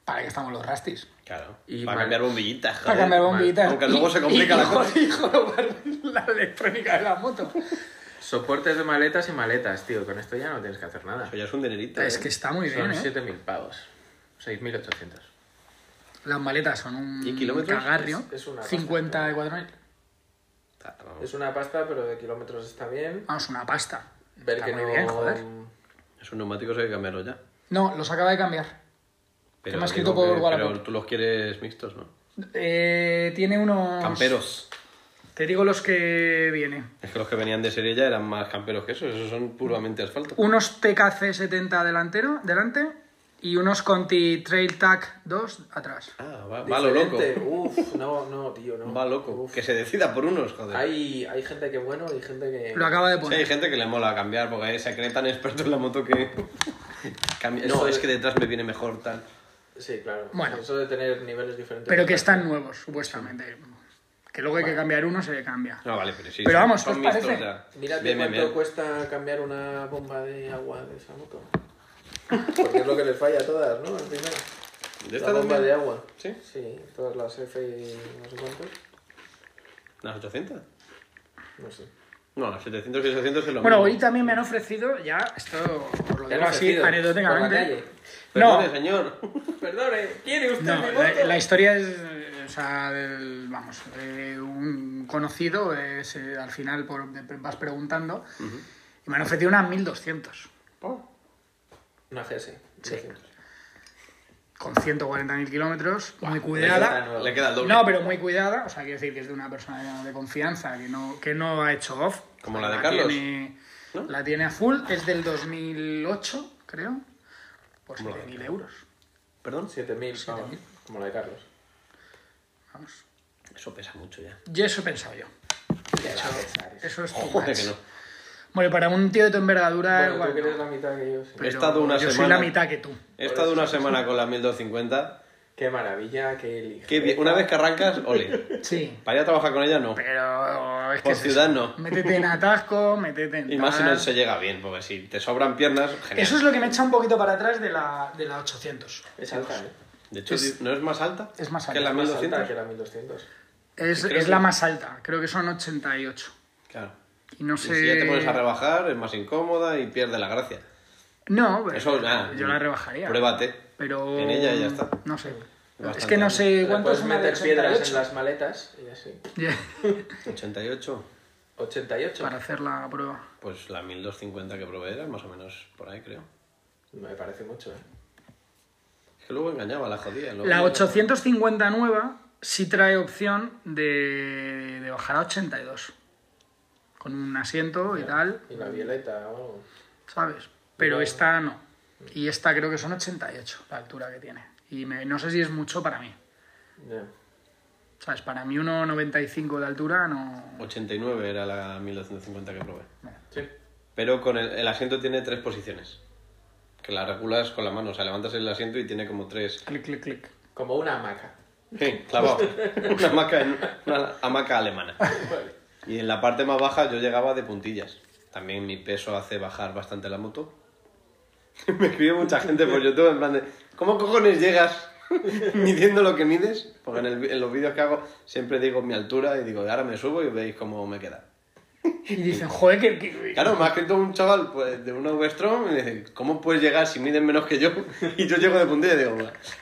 F: Para que estamos los rastis.
B: Claro.
A: Y
B: para
A: mal.
B: cambiar bombillitas.
F: Para
B: joder.
F: cambiar bombillitas.
B: Aunque luego se complica
F: Y- y
B: la cosa.
F: hijo de guardar la electrónica de la moto.
A: Soportes de maletas y maletas, tío. Con esto ya no tienes que hacer nada.
B: Eso ya es un dinerito.
F: Es
B: ¿eh?
F: que está muy bien,
A: Son
F: ¿eh?
A: 7.000 pavos. 6.800.
F: Las maletas son un
B: ¿Y kilómetros?
F: cagarrio.
A: Es- es una pasta.
F: 54 mil.
B: Ta- ta-
A: Es una pasta, pero de kilómetros está bien.
F: Vamos, una pasta.
A: Ver
F: Está
A: que
F: muy
A: no.
F: bien, joder.
B: Esos neumáticos hay que cambiarlos ya.
F: No, los acaba de cambiar.
B: Pero
F: me has
B: digo
F: escrito por
B: que-
F: Wallapop?
B: Pero tú los quieres mixtos, ¿no?
F: Eh, tiene unos...
B: Camperos.
F: Te digo los que viene.
B: Es que los que venían de serie ya eran más camperos que esos. Esos son puramente asfalto.
F: Unos TKC 70 delantero, delante y unos Conti Trail Tac 2 atrás.
B: Ah, va, va lo loco.
A: Diferente. Uf, no, no, tío, no.
B: Va loco.
A: Uf.
B: Que se decida por unos, joder.
A: Hay, hay gente que bueno y gente que.
F: Lo acaba de
B: Sí, hay
F: poner.
B: gente que le mola cambiar porque ahí se cree tan experto en la moto que. Cambia.
A: No,
B: Eso es
A: eh.
B: que detrás me viene mejor tal.
A: Sí, claro.
F: Bueno.
A: Eso de tener niveles diferentes.
F: Pero que están nuevos, supuestamente. Que luego hay que cambiar uno, se le cambia.
B: No, vale, pero sí.
F: Pero
B: son-
F: vamos,
B: son
F: ¿qué os
B: mixtos
F: parece?
B: ya.
A: Mírate
B: Bien, bien,
A: cuánto
B: bien.
A: cuesta cambiar una bomba de agua de esa moto. Porque es lo que les falla a todas, ¿no? Al final.
B: ¿De
A: La
B: esta
A: bomba
B: también?
A: de agua.
B: Sí.
A: Sí, todas las F y no sé cuántos.
B: ¿Las 800?
A: No sé.
B: No, las 700 y 600 es lo
F: Bueno,
B: mismo.
F: hoy también me han ofrecido, ya, esto os lo
A: ¿Te han
F: digo así,
A: ofrecido? Por la
F: anecdóticamente.
A: calle.
F: No,
B: Perdone, señor.
A: Perdone, ¿quiere usted
F: no,
A: mi moto?
F: la, la historia es, eh, o sea, el- vamos, eh, un conocido, eh, se- al final por- vas preguntando, y me han ofrecido unas 1200,
A: Una GS.
F: Sí.
A: 300.
F: con 140.000 kilómetros, muy
A: está
F: cuidada.
A: nueva.
B: Le queda el doble.
F: No, pero muy cuidada, o sea, quiero decir que es de una persona de confianza, que no, que no ha hecho off.
B: Como la de Carlos,
F: Tiene, La tiene a full, es del 2008, creo, por 7.000 euros.
B: Perdón.
A: 7.000 pavos. Como la de Carlos.
F: Vamos.
B: Eso pesa mucho ya.
F: Y eso he pensado yo. Eso, eso es tu
B: Joder, que no.
F: Bueno, para un tío de tu envergadura,
A: Bueno,
F: igual
A: tú que eres
F: no,
A: la mitad que yo. sí.
F: pero
B: estado una
F: yo soy
B: semana-
F: la mitad que tú.
B: He estado una semana con la 1250.
A: Qué maravilla, qué ligera.
B: Qué bien. Una vez que arrancas, ole.
F: Sí.
B: Para ir a trabajar con ella, no.
F: Pero es que.
B: Por
F: es eso.
B: ciudad no.
F: Métete en atasco, métete en.
B: Y más si
F: tal.
B: no se llega bien, porque si te sobran piernas, genial.
F: Eso es lo que me echa un poquito para atrás de la, de la 800.
A: Es alta, ¿eh?
B: De hecho, ¿no es más alta?
F: es más
B: Que
F: alta.
B: la
A: Más alta que
B: 1200.
A: la 1200.
F: Es,
B: creo
F: es
B: que-
F: la más alta, creo que son 88.
B: Claro.
F: Y no
B: Y
F: sé.
B: si ya te pones a rebajar, es más incómoda y pierde la gracia.
F: No, pero
B: Eso, nada.
F: yo la rebajaría.
B: Pruébate.
F: Pero.
B: En ella y ya está.
F: No sé.
B: Bastante
F: es que no sé
A: Le puedes
F: cuántos son
A: meter piedras en las maletas y así.
B: 88.
A: 88.
F: Para hacer la prueba.
B: Pues la 1250 que probé era más o menos por ahí, creo.
A: Me parece mucho, ¿eh?
B: Es que luego engañaba, la jodía. luego-
F: La 850 nueva sí trae opción de, de bajar a 82. Con un asiento y tal,
A: Y la violeta o algo.
F: ¿sabes? Pero esta no. Y esta creo que son 88, la altura que tiene. Y me- no sé si es mucho para mí.
A: Ya.
F: ¿Sabes? Para mí 1,95 de altura no...
B: 89 era la 1250 que probé.
A: Sí.
B: Pero con el, el asiento tiene tres posiciones. Que la regulas con la mano. O sea, levantas el asiento y tiene como tres.
F: Clic, clic, clic.
A: Como una hamaca.
B: Sí, clavado. Una hamaca, en- una hamaca alemana. Y en la parte más baja yo llegaba de puntillas. También mi peso hace bajar bastante la moto. Me escribe mucha gente por YouTube en plan de, ¿cómo cojones llegas midiendo lo que mides? Porque en, el vi- en los vídeos que hago siempre digo mi altura y digo, ahora me subo y veis cómo me queda.
F: Y dicen, joder, que... que-
B: Claro, me ha escrito un chaval pues, de una V-Strom y me dice, ¿cómo puedes llegar si miden menos que yo? Y yo llego de puntillas y digo,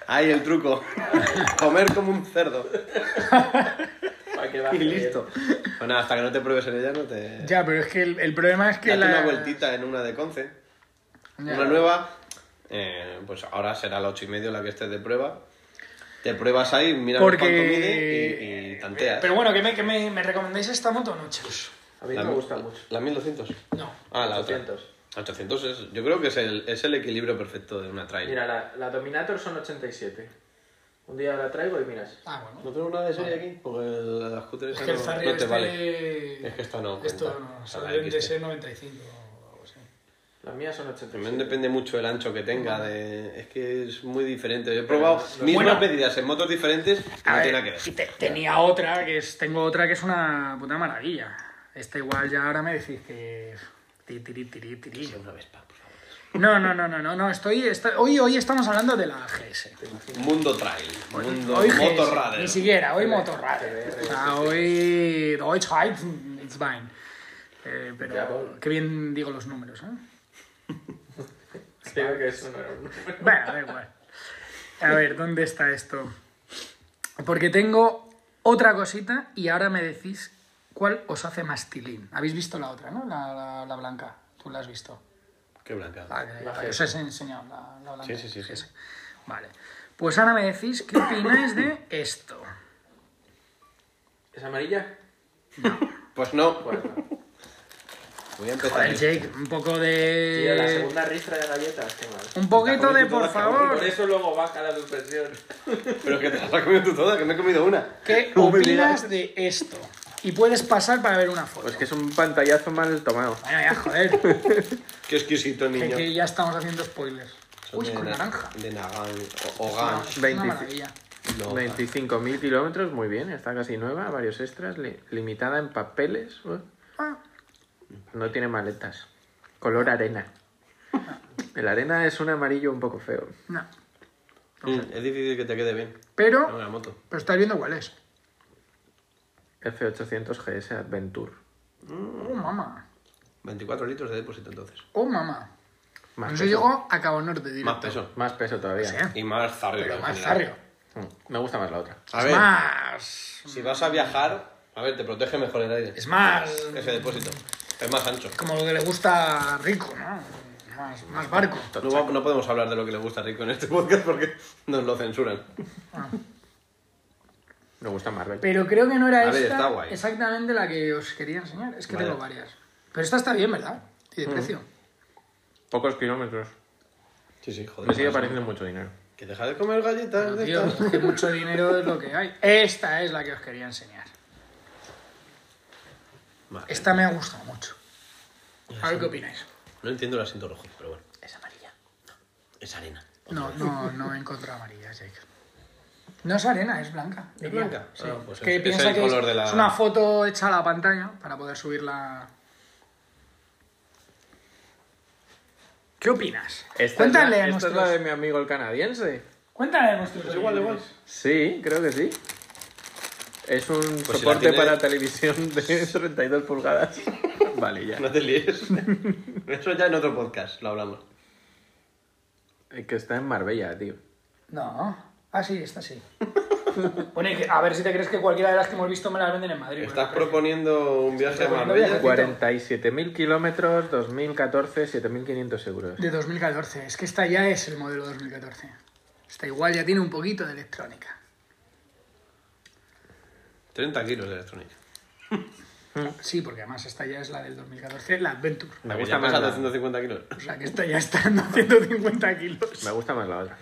B: ahí el truco, comer como un cerdo.
A: Para que baje
B: Y listo. Bueno, hasta que no te pruebes en ella, no te.
F: Ya, pero es que el, el problema es que
B: Date
F: la...
B: una vueltita en una de Conce.
F: Ya.
B: Una nueva. eh, pues ahora será la ocho y medio la que estés de prueba. Te pruebas ahí, mira
F: Porque-
B: cuánto mide y, y tanteas. Pues.
F: Pero bueno, que me, que me, me recomendáis esta moto o no, chicos.
A: A mí me gusta mucho.
B: La 1200.
F: No.
B: Ah, la
A: 800.
B: otra. 800 es, yo creo que es el, es el equilibrio perfecto de una trail.
A: Mira, la, la Dominator son 87. Un día la traigo y miras.
F: Ah, bueno.
B: ¿No tengo una de serie aquí? Porque la scooter
F: Es
B: esa
F: que el
B: no-
F: Zarri
B: no, te
F: este...
B: vale. Es que esta no cuenta.
F: Esto no,
B: O sea,
F: solo
B: la
F: deben de
B: XT.
F: ser 95 o algo así.
A: Las mías son
B: También
A: 87.
B: depende mucho el ancho que tenga. de- Es que es muy diferente. Yo he probado
A: no-
B: mismas
F: Bueno.
B: medidas en motos diferentes y no
F: A
B: tiene
F: ver,
B: nada que ver.
F: y te- tenía otra que es, tengo otra que es una puta maravilla. Esta igual ya ahora me decís que ti, tiri, tiri, tiri. No, no, no, no, no, no, estoy, estoy- hoy, hoy estamos hablando de la GS.
B: Mundo trail, mundo
F: hoy GS,
B: motorrader.
F: ni siquiera, hoy motorrader. O sea, hoy Deutsch Heizbein. Eh,
A: Ya,
F: pero
A: Paul.
F: qué bien digo los números, ¿eh?
A: Creo que es un error.
F: Bueno, da igual. A ver, ¿dónde está esto? Porque tengo otra cosita y ahora me decís cuál os hace más tilín. Habéis visto la otra, ¿no? La, la- la blanca. Tú la has visto.
B: Qué blanca.
F: La que- la que os he enseñado, la, la blanca.
B: Sí, sí, sí, sí.
F: Esa. Vale. Pues ahora me decís qué opináis de esto.
A: ¿Es amarilla?
B: Pues no. Voy a empezar.
F: Joder, Jake, un poco
A: Tío, la
F: de...
A: segunda ristra de galletas, qué mal.
F: Un poquito de, por favor,
A: Por eso luego baja la suspensión.
B: Pero que te las has comido tú todas, que me he comido una.
F: ¿qué
B: No me
F: opinas
B: digas.
F: de esto? Y puedes pasar para ver una foto.
A: Pues que es un pantallazo mal tomado.
F: Bueno, ya, joder,
B: Qué exquisito,
F: que,
B: niño.
F: que ya estamos haciendo spoilers.
B: Son
F: Uy,
B: de Ah,
F: con
B: na-
F: naranja. Ah,
B: De Nagan. O, o Gan.
F: Es una
A: 25.
F: maravilla.
B: No,
A: 25.000 kilómetros, muy bien, está casi nueva, varios extras, li- limitada en papeles. ¿eh?
F: Ah,
A: No tiene maletas. Color arena. El arena es un amarillo un poco feo.
F: no.
B: Mm, es difícil que te quede bien. No,
F: Pero,
B: la moto.
F: pero estás viendo cuál es.
A: F800 GS Adventure.
F: Oh, mamá.
B: 24 litros de depósito entonces.
F: Oh, mamá.
A: Más
F: Eso
A: peso.
F: llegó a Cabo Norte,
B: Más
F: directo.
B: peso.
A: Más peso todavía.
F: Pues Sí, ¿eh?
B: Y más zarrio. en
F: Más
B: general.
F: barrio.
A: Mm, Me gusta más la otra.
B: A
F: Es
B: ver,
F: más.
B: si vas a viajar, a ver, te protege mejor el aire.
F: Es más.
B: Ese depósito. Es más ancho.
F: Como lo que le gusta a Rico, ¿no? Más, más barco.
B: No, va- no podemos hablar de lo que le gusta a Rico en este podcast porque nos lo censuran.
A: Me gusta más la
F: Pero creo que no era
B: A ver,
F: esta
B: está guay.
F: exactamente la que os quería enseñar. Es que
B: Vale. Mm.
F: tengo varias. Pero esta está bien, ¿verdad? Y de precio.
A: Pocos kilómetros.
B: Sí, sí, joder.
A: Me sigue
B: más.
A: pareciendo mucho dinero.
B: Que deja de comer galletas. de
F: Tío,
B: estas.
F: es que mucho dinero es lo que hay. Esta es la que os quería enseñar.
B: Vale.
F: Esta me ha gustado mucho. A ver qué opináis.
B: No entiendo el asiento rojo, pero bueno. Es amarilla. No, es arena.
F: No, no, no he encontrado amarilla, Jake. No es arena, es blanca.
B: ¿Es
F: diría.
B: blanca?
F: Sí.
B: Ah, pues
F: es que
B: es- es
F: piensa
B: el
F: que
B: color
F: es,
B: de la-
F: es una foto hecha a la pantalla para poder subirla. ¿Qué opinas?
A: Esta, es
F: Cuéntale
A: la,
F: a
A: esta
F: nuestros...
A: es la de mi amigo el canadiense.
F: Cuéntale a nuestros... igual, igual.
A: Sí, creo que sí. Es un
B: la
A: soporte
B: tiene-
A: para televisión de 32 pulgadas. vale, ya.
B: No te líes. Eso ya en otro podcast lo hablamos.
A: Eh, Que está en Marbella, tío.
F: No. Ah, sí, esta sí. bueno, y que- a ver si te crees que cualquiera de las que hemos visto me las venden en Madrid.
B: Estás
F: pero-
B: proponiendo un viaje a
F: proponiendo
B: Marbella.
F: viaje.
A: 47.000 kilómetros, 2014, 7.500 euros.
F: De 2014. Es que esta ya es el modelo 2014. Esta igual ya tiene un poquito de electrónica.
B: 30 kilos de electrónica.
F: Sí, porque además esta ya es la del 2014, la Adventure.
A: Me
B: Que
A: gusta
B: ya
A: más
B: pesa
A: la-
B: 250 kilos.
F: O sea, que esta ya está en 250 kilos.
A: Me gusta más la otra.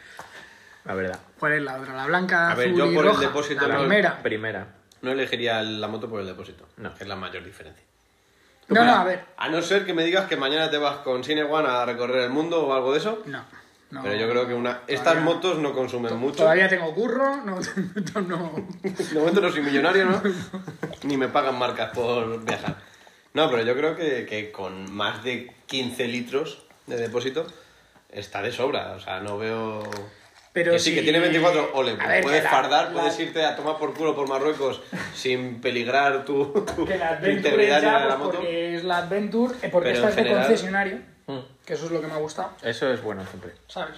A: La verdad.
F: ¿Cuál es la otra? La blanca,
B: A ver,
F: azul
B: yo
F: y
B: por el
F: roja.
B: depósito
F: la
B: no-
F: primera.
A: Primera.
B: No elegiría la moto por el depósito.
A: No.
B: Que es la mayor diferencia.
F: No, no, a ver.
B: A no ser que me digas que mañana te vas con Cine One a recorrer el mundo o algo de eso.
F: No. no.
B: Pero yo creo que una... estas
F: Todavía-
B: motos no consumen mucho.
F: Todavía tengo curro, no, no, no.
B: De momento no soy millonario, ¿no? Ni me pagan marcas por viajar. No, pero yo creo que, que con más de 15 litros de depósito está de sobra. O sea, no veo...
F: Pero
B: que sí, que
F: si-
B: tiene 24, ole,
F: A ver,
B: puedes
F: que la-
B: fardar,
F: la-
B: puedes irte a tomar por culo por Marruecos sin peligrar tu, tu
F: que la Adventure
B: integridad
F: es
B: ni
F: ya,
B: la de la
F: pues,
B: moto.
F: porque es la Adventure, eh, porque
B: Pero
F: esta
B: en
F: es de
B: general- Mm.
F: concesionario, que eso es lo que me ha gustado,
A: Eso es bueno siempre.
F: ¿sabes?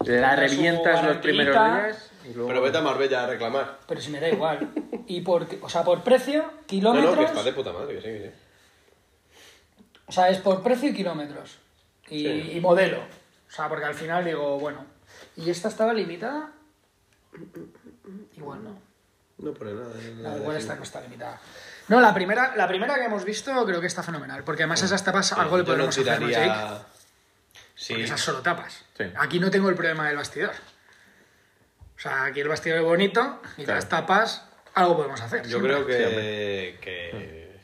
A: La
F: Tendrá su
A: revientas los primeros
F: garantita.
A: días y luego...
B: Pero vete a Marbella a reclamar.
F: Pero si me da igual. Y por, o sea, por precio,
B: No,
F: kilómetros...
B: no, que está de puta madre, que sí, que sí.
F: O sea, es por precio y kilómetros. Y, y modelo. O sea, porque al final digo, bueno. ¿Y esta estaba limitada? Igual no.
B: No pone nada. en la
F: No,
B: de
F: igual
B: aquí.
F: esta no está limitada. No, la primera, la primera que hemos visto creo que está fenomenal. Porque además esas tapas algo le
B: Mm. Yo no
F: podemos hacer, ¿no, Jake?
B: tiraría...
F: Porque
B: Sí,
F: esas solo tapas.
A: Sí.
F: Aquí no tengo el problema del bastidor. O sea, aquí el bastidor es bonito y
A: Claro.
F: las tapas algo podemos hacer.
B: Yo
F: siempre.
B: creo que, que,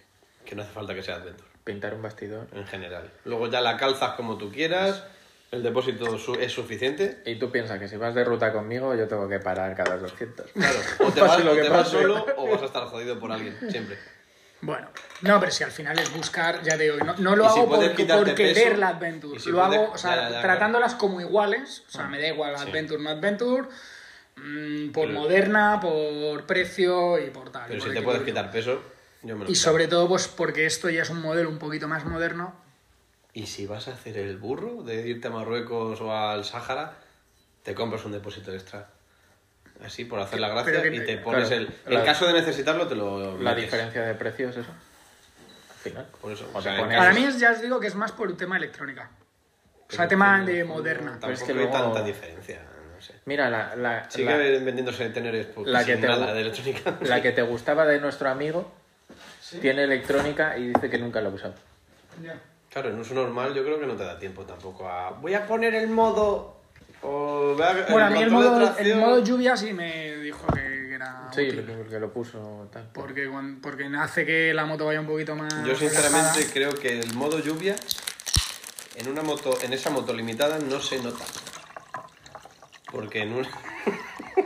B: que no hace falta que sea Adventure,
A: Pintar un bastidor.
B: en general. Luego ya la calzas como tú quieras, el depósito su- es suficiente.
A: Y tú piensas que si vas de ruta conmigo yo tengo que parar cada 200.
B: Claro, o te
A: Pase
B: vas,
A: lo
B: o
A: que
B: te vas
A: pase.
B: solo o vas a estar jodido por alguien, siempre.
F: Bueno, no, pero si al final es buscar, ya te digo, no, no lo
B: Y si
F: hago
B: puedes
F: por,
B: quitarte
F: por querer
B: peso,
F: la
B: y
F: Adventure.
B: si
F: lo
B: puedes-
F: hago, o sea,
B: ya, Mm. ya, ya,
F: tratándolas como iguales. O sea, me da igual Adventure, no Adventure. mm, por
B: Pero-
F: moderna, por precio y por tal. y
B: Pero
F: por
B: si te puedes
F: equilibrio.
B: quitar peso, yo me lo
F: Y
B: quito.
F: sobre todo, pues porque esto ya es un modelo un poquito más moderno.
B: Y si vas a hacer el burro de irte a Marruecos o al Sáhara, te compras un depósito extra. así por hacer la gracia
F: Pero que-
B: y te pones
D: claro,
B: el. En
D: la-
B: caso de necesitarlo, te lo.
D: La
B: metes.
D: diferencia de precios, eso. Al final.
B: Por eso.
D: O
B: o sea,
D: te
B: en
D: pones-
B: caso-
F: Para mí, es, ya os digo que es más por tema electrónica. O sea, tema de moderna.
B: Tampoco
D: es que
B: hay
D: luego-
B: tanta diferencia. No sé.
A: Mira, la, la,
B: Sigue
A: la-
B: vendiéndose teneres por
A: la que
B: sin
A: te-
B: nada de electrónica.
A: la que te gustaba de nuestro amigo tiene electrónica y dice que nunca la ha usado.
B: Claro, en uso normal yo creo que no te da tiempo tampoco a. Voy a poner el modo. O voy a-
F: Bueno, a mí el
B: control de
F: modo, el
B: tracción".
F: modo lluvia sí me dijo que que era.
A: Sí,
F: útil.
A: porque lo puso tal.
F: Porque, cuan- porque hace que la moto vaya un poquito más.
B: Yo sinceramente
F: relajada.
B: creo que el modo lluvia en una moto, en esa moto limitada no se nota. Porque en una.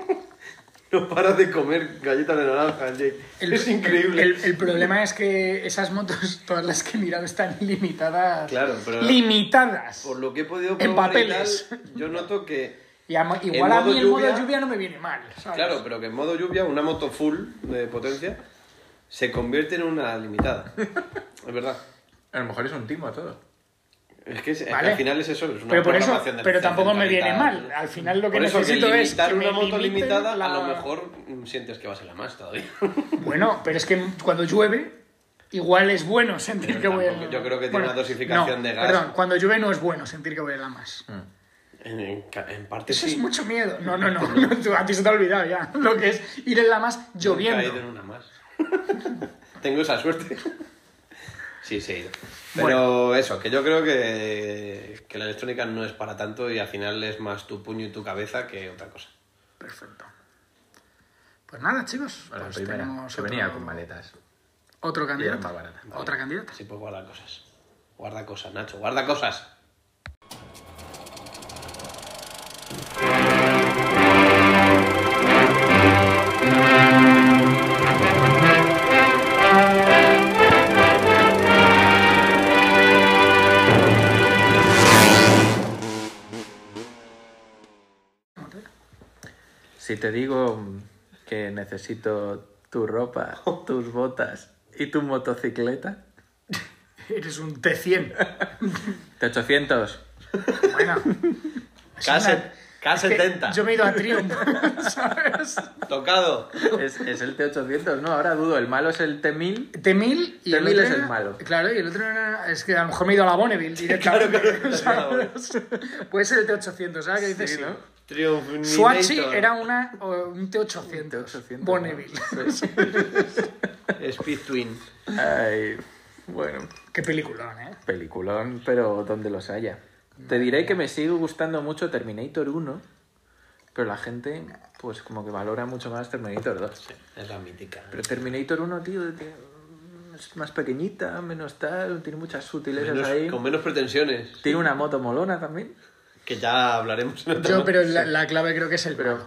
B: no paras de comer galletas de naranja, Jake.
F: El-
B: es increíble.
F: El, el problema es que esas motos, todas las que he mirado, están limitadas.
B: Claro, pero-
F: Limitadas.
B: Por lo que he podido
F: En
B: probar y
F: papeles.
B: tal, yo noto que.
F: Y a mo- igual a
B: modo
F: mí el
B: lluvia-
F: modo lluvia no me viene mal. ¿sabes?
B: Claro, pero que en modo lluvia una moto full de potencia se convierte en una limitada. es verdad.
A: A lo mejor es un timo a todo.
B: Es que, es- es que
F: Vale.
B: al final es eso, es una
F: Pero por eso,
B: programación de-
F: pero tampoco me viene
B: centralizada.
F: mal. Al final lo que
B: Por eso que
F: necesito es.
B: limitar
F: que me
B: una moto
F: limiten
B: limitada a
F: la-
B: lo mejor mm, sientes que vas en la más todavía.
F: Bueno, pero es que cuando llueve, igual es bueno sentir
B: Pero
F: que voy
B: tampoco-
F: en-
B: yo creo que tiene
F: Bueno,
B: una dosificación
F: no,
B: de gas.
F: Perdón, cuando llueve no es bueno sentir que voy en la más.
B: En, en ca- en parte
F: Eso
B: sí.
F: es mucho miedo. No, no, no, no, tú- A ti se te ha olvidado ya lo que es ir en la más
B: Nunca he ido en
F: lloviendo.
B: una más. Tengo esa suerte. sí, sí he ido. Pero eso, que yo creo que, que la electrónica no es para tanto y al final es más tu puño y tu cabeza que otra cosa.
F: Perfecto. Pues nada, chicos.
A: A la
F: pues
A: primera,
F: tenemos
A: que
F: otro-
A: venía con maletas.
F: Otro
A: Y era
F: candidato.
A: más barata.
F: Otra candidata.
B: Así puedes guardar cosas. Guarda cosas, Nacho, guarda cosas.
A: Si te digo que necesito tu ropa, tus botas y tu motocicleta.
F: Eres un T100.
A: T800.
F: Bueno. es
B: K-
F: una-
B: K70.
F: Yo me he ido a Triumph, ¿sabes?
B: Tocado.
A: Es, es el T800, no, ahora dudo. El malo es el T1000.
F: T1000 y
A: T1000
F: otro
A: es el
F: era-
A: malo.
F: Claro, y el otro era... Es que a lo mejor me he ido a la Bonneville directamente.
B: claro,
F: ¿sabes? Puede ser el T800, ¿sabes qué dices? Sí,
B: Triunfo.
F: Swatchy era una, o un T800.
A: T800,
F: Bonneville.
B: Speed Twin.
A: Ay, bueno,
F: Qué peliculón, ¿eh?
A: peliculón, pero donde los haya. Te diré que me sigue gustando mucho Terminator 1, pero la gente, pues como que valora mucho más Terminator 2.
B: Es la mítica.
A: Pero Terminator 1, tío, tiene- es más pequeñita, menos tal, tiene muchas sutilezas
B: Menos-
A: ahí.
B: con menos pretensiones.
A: Tiene una moto molona también,
B: Que ya hablaremos en otro
F: Yo,
B: momento.
F: pero la, la clave creo que es el
A: pero
F: malo.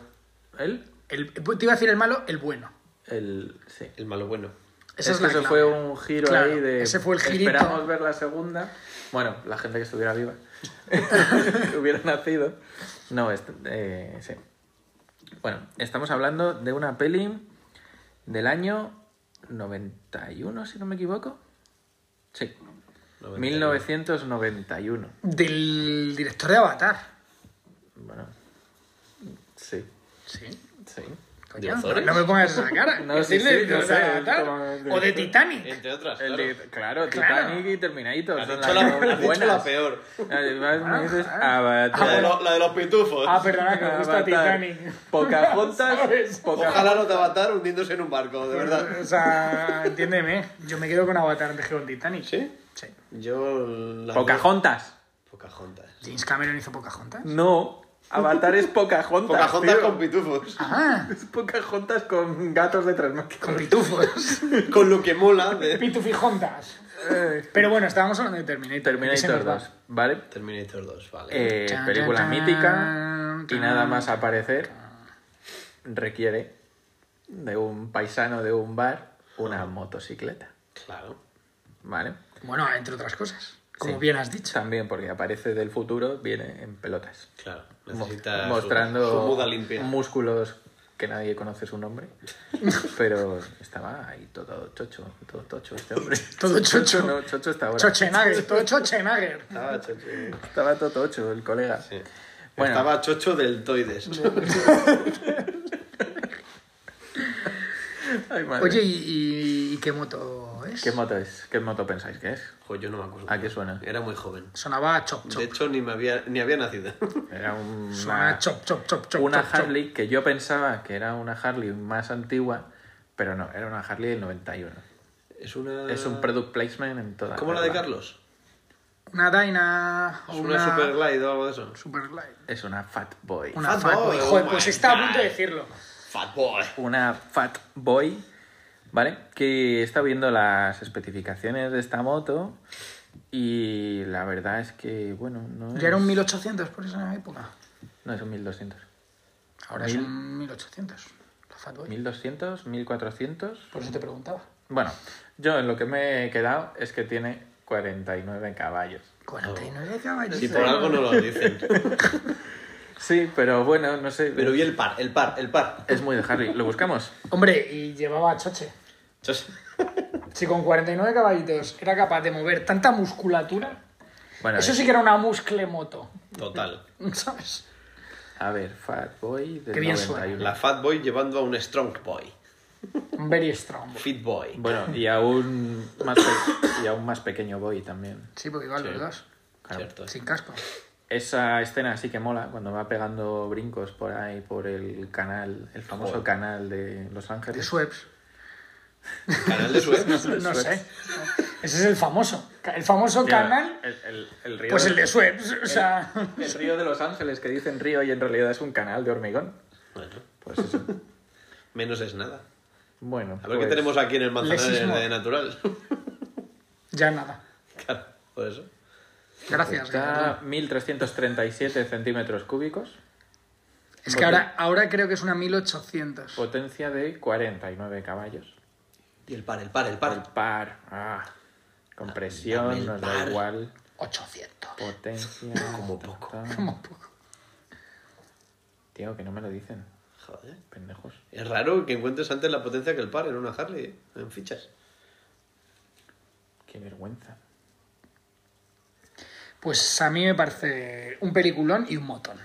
A: él,
F: El, te iba a decir el malo, el bueno.
A: el, sí.
B: El malo bueno.
F: Esa
A: Es
F: es
A: que
F: la
A: eso
F: clave.
A: fue un giro
F: Claro,
A: ahí de.
F: Ese fue el girito.
A: Esperamos ver la segunda. Bueno, la gente que estuviera viva. que hubiera nacido. No, es- eh, sí. Bueno, estamos hablando de una peli del año 91, si no me equivoco. Sí. 1991.
F: Del director de Avatar.
A: Bueno. Sí,
F: Sí.
A: sí.
F: Coño,
B: ¿De
F: no,
B: Azores?
F: me pongas esa cara.
A: No,
F: Que
A: sí,
F: soy
A: sí,
F: del
A: yo
F: director
A: sé,
F: de Avatar.
A: como-
F: O de Titanic.
B: Entre otras.
A: El
B: claro.
A: de- claro,
F: Claro.
A: Titanic y Terminator.
B: Has
A: Son
B: dicho
A: las
B: la,
A: dos
B: has dicho la
A: buenas.
B: peor.
A: Además, me dices "Ah,
B: La de,
A: Avatar.
B: lo- la de los pitufos.
F: Ah, perdona, que me gusta
A: Avatar.
F: Titanic.
A: Pocahontas.
F: ¿Sabes?
A: Pocahontas.
B: Ojalá no te avatar hundiéndose en un barco, de verdad.
F: O sea, entiéndeme. Yo me quedo con Avatar antes que con Titanic.
B: ¿Sí?
F: Sí.
B: Yo. La
A: Pocahontas.
B: Pocahontas.
F: James Cameron hizo Pocahontas.
A: No. Avatar es Pocahontas.
B: Pocahontas
A: tío.
B: con pitufos.
F: Ah,
A: Es Pocahontas con gatos de tres metros.
F: con pitufos.
B: Con lo que mola de
F: Pitufijontas. Pero bueno, estábamos hablando de Terminator. que
A: Eh.
F: se
A: Terminator
F: nos va.
A: 2. ¿Vale?
B: Terminator 2,
A: Eh,
B: vale.
F: Chan,
A: película
F: chan,
A: mítica
F: chan,
A: y
F: chan,
A: nada más aparecer requiere de un paisano de un bar una motocicleta.
B: Claro.
A: ¿Vale?
F: Bueno, entre otras cosas. Como
A: Sí.
F: bien has dicho.
A: También porque aparece del futuro, viene en pelotas.
B: Claro.
A: Mo-
B: Necesita su-
A: mostrando
B: su, muda limpia.
A: músculos que nadie conoce su nombre, pero estaba ahí todo chocho, todo tocho este hombre.
F: Todo chocho.
A: no, chocho está ahora.
F: Schwarzenegger, todo Schwarzenegger.
B: Estaba chocho.
A: Estaba todo tocho el colega.
B: Sí.
A: Bueno,
B: Estaba chocho del toides.
A: Ay, madre.
F: Oye, ¿y, y- y qué moto es?
A: ¿Qué moto es? ¿Qué moto pensáis que es?
B: Joder, Pues yo no me acuerdo.
A: ¿A qué suena?
B: Era muy joven.
F: Sonaba a chop chop.
B: De hecho, ni, me había, ni había nacido.
A: Era un-
F: Sonaba
A: una,
F: a chop chop chop chop.
A: una
F: chop, chop.
A: Harley que yo pensaba que era una Harley más antigua, pero no, era una Harley del 91.
B: es una.
A: Es un product placement en toda
B: Ah. ¿Cómo la de
A: regla.
B: Carlos?
F: Una Dyna. o
B: ¿Es una, Super Glide o algo de eso?
F: Superglide.
A: es una Fat Boy.
F: Una
B: Fat
F: Fat
B: Boy,
F: Boy.
B: oh
F: Joder,
B: my
F: pues está a punto de
B: God.
F: decirlo.
B: Fat Boy.
A: una Fat Boy, ¿vale? Que está viendo las especificaciones de esta moto y la verdad es que, bueno, no es,
F: Ya era un 1800 por esa época.
A: no es un 1200.
F: Ahora es
A: Mil-
F: un 1800. La Fat Boy.
A: 1200, 1400.
F: Por eso te preguntaba.
A: Bueno, yo en lo que me he quedado es que tiene 49 caballos.
F: 49 caballos.
B: Si Oh. por algo no lo dicen.
A: Sí, pero bueno, no sé.
B: Pero vi el par, el par, el par.
A: Es muy de Harley. ¿Lo buscamos?
F: Hombre, y llevaba choche.
B: Entonces,
F: Si con 49 caballitos era capaz de mover tanta musculatura,
A: Bueno, eh.
F: eso sí que era una muscle moto,
B: Total.
F: ¿sabes?
A: a ver, Fat Boy del
F: Qué bien
A: 91.
F: suena.
B: La Fat Boy llevando a un Strong Boy.
F: Un very strong.
B: Fit Boy.
A: Bueno, y a un más, pe- y a un más pequeño Boy también.
F: Sí, porque igual
B: Sí.
F: los dos.
A: Claro.
B: Cierto.
F: Sin casco.
A: Esa escena sí que mola, cuando va pegando brincos por ahí, por el canal, el famoso
B: Joder.
A: canal de Los
F: De
A: Ángeles.
F: Sweps.
B: Canal de Suez.
F: No sé. Ese es el famoso. El famoso
A: Tío,
F: canal.
A: El, el- el río
F: Pues
A: de-
F: el de Sweps. O sea.
A: el río de Los Ángeles, que dicen río y en realidad es un canal de hormigón.
B: Bueno,
A: Pues eso.
B: menos es nada.
A: Bueno.
B: A ver qué
A: pues,
B: tenemos aquí en el Manzanares
F: Lesismo.
B: de Natural.
F: Ya nada.
B: Claro, por eso.
F: Gracias.
A: Está
F: Ricardo.
A: 1337 centímetros cúbicos,
F: Es que ahora, ahora creo que es una 1800.
A: Pues- potencia de 49 caballos.
B: Y el par, el par, el
A: El
B: par.
A: par. Ah,
B: Dame
A: compresión,
B: el
A: nos da
B: par.
A: igual.
F: 800.
A: Potencia.
B: Como
A: ta,
B: poco.
A: ta.
F: Como poco.
A: Tío, que no me lo dicen,
B: Joder.
A: pendejos.
B: Es raro que encuentres antes la potencia que el par en una Harley, ¿eh? en fichas.
A: Qué vergüenza.
F: Pues a mí me parece un peliculón y un motón.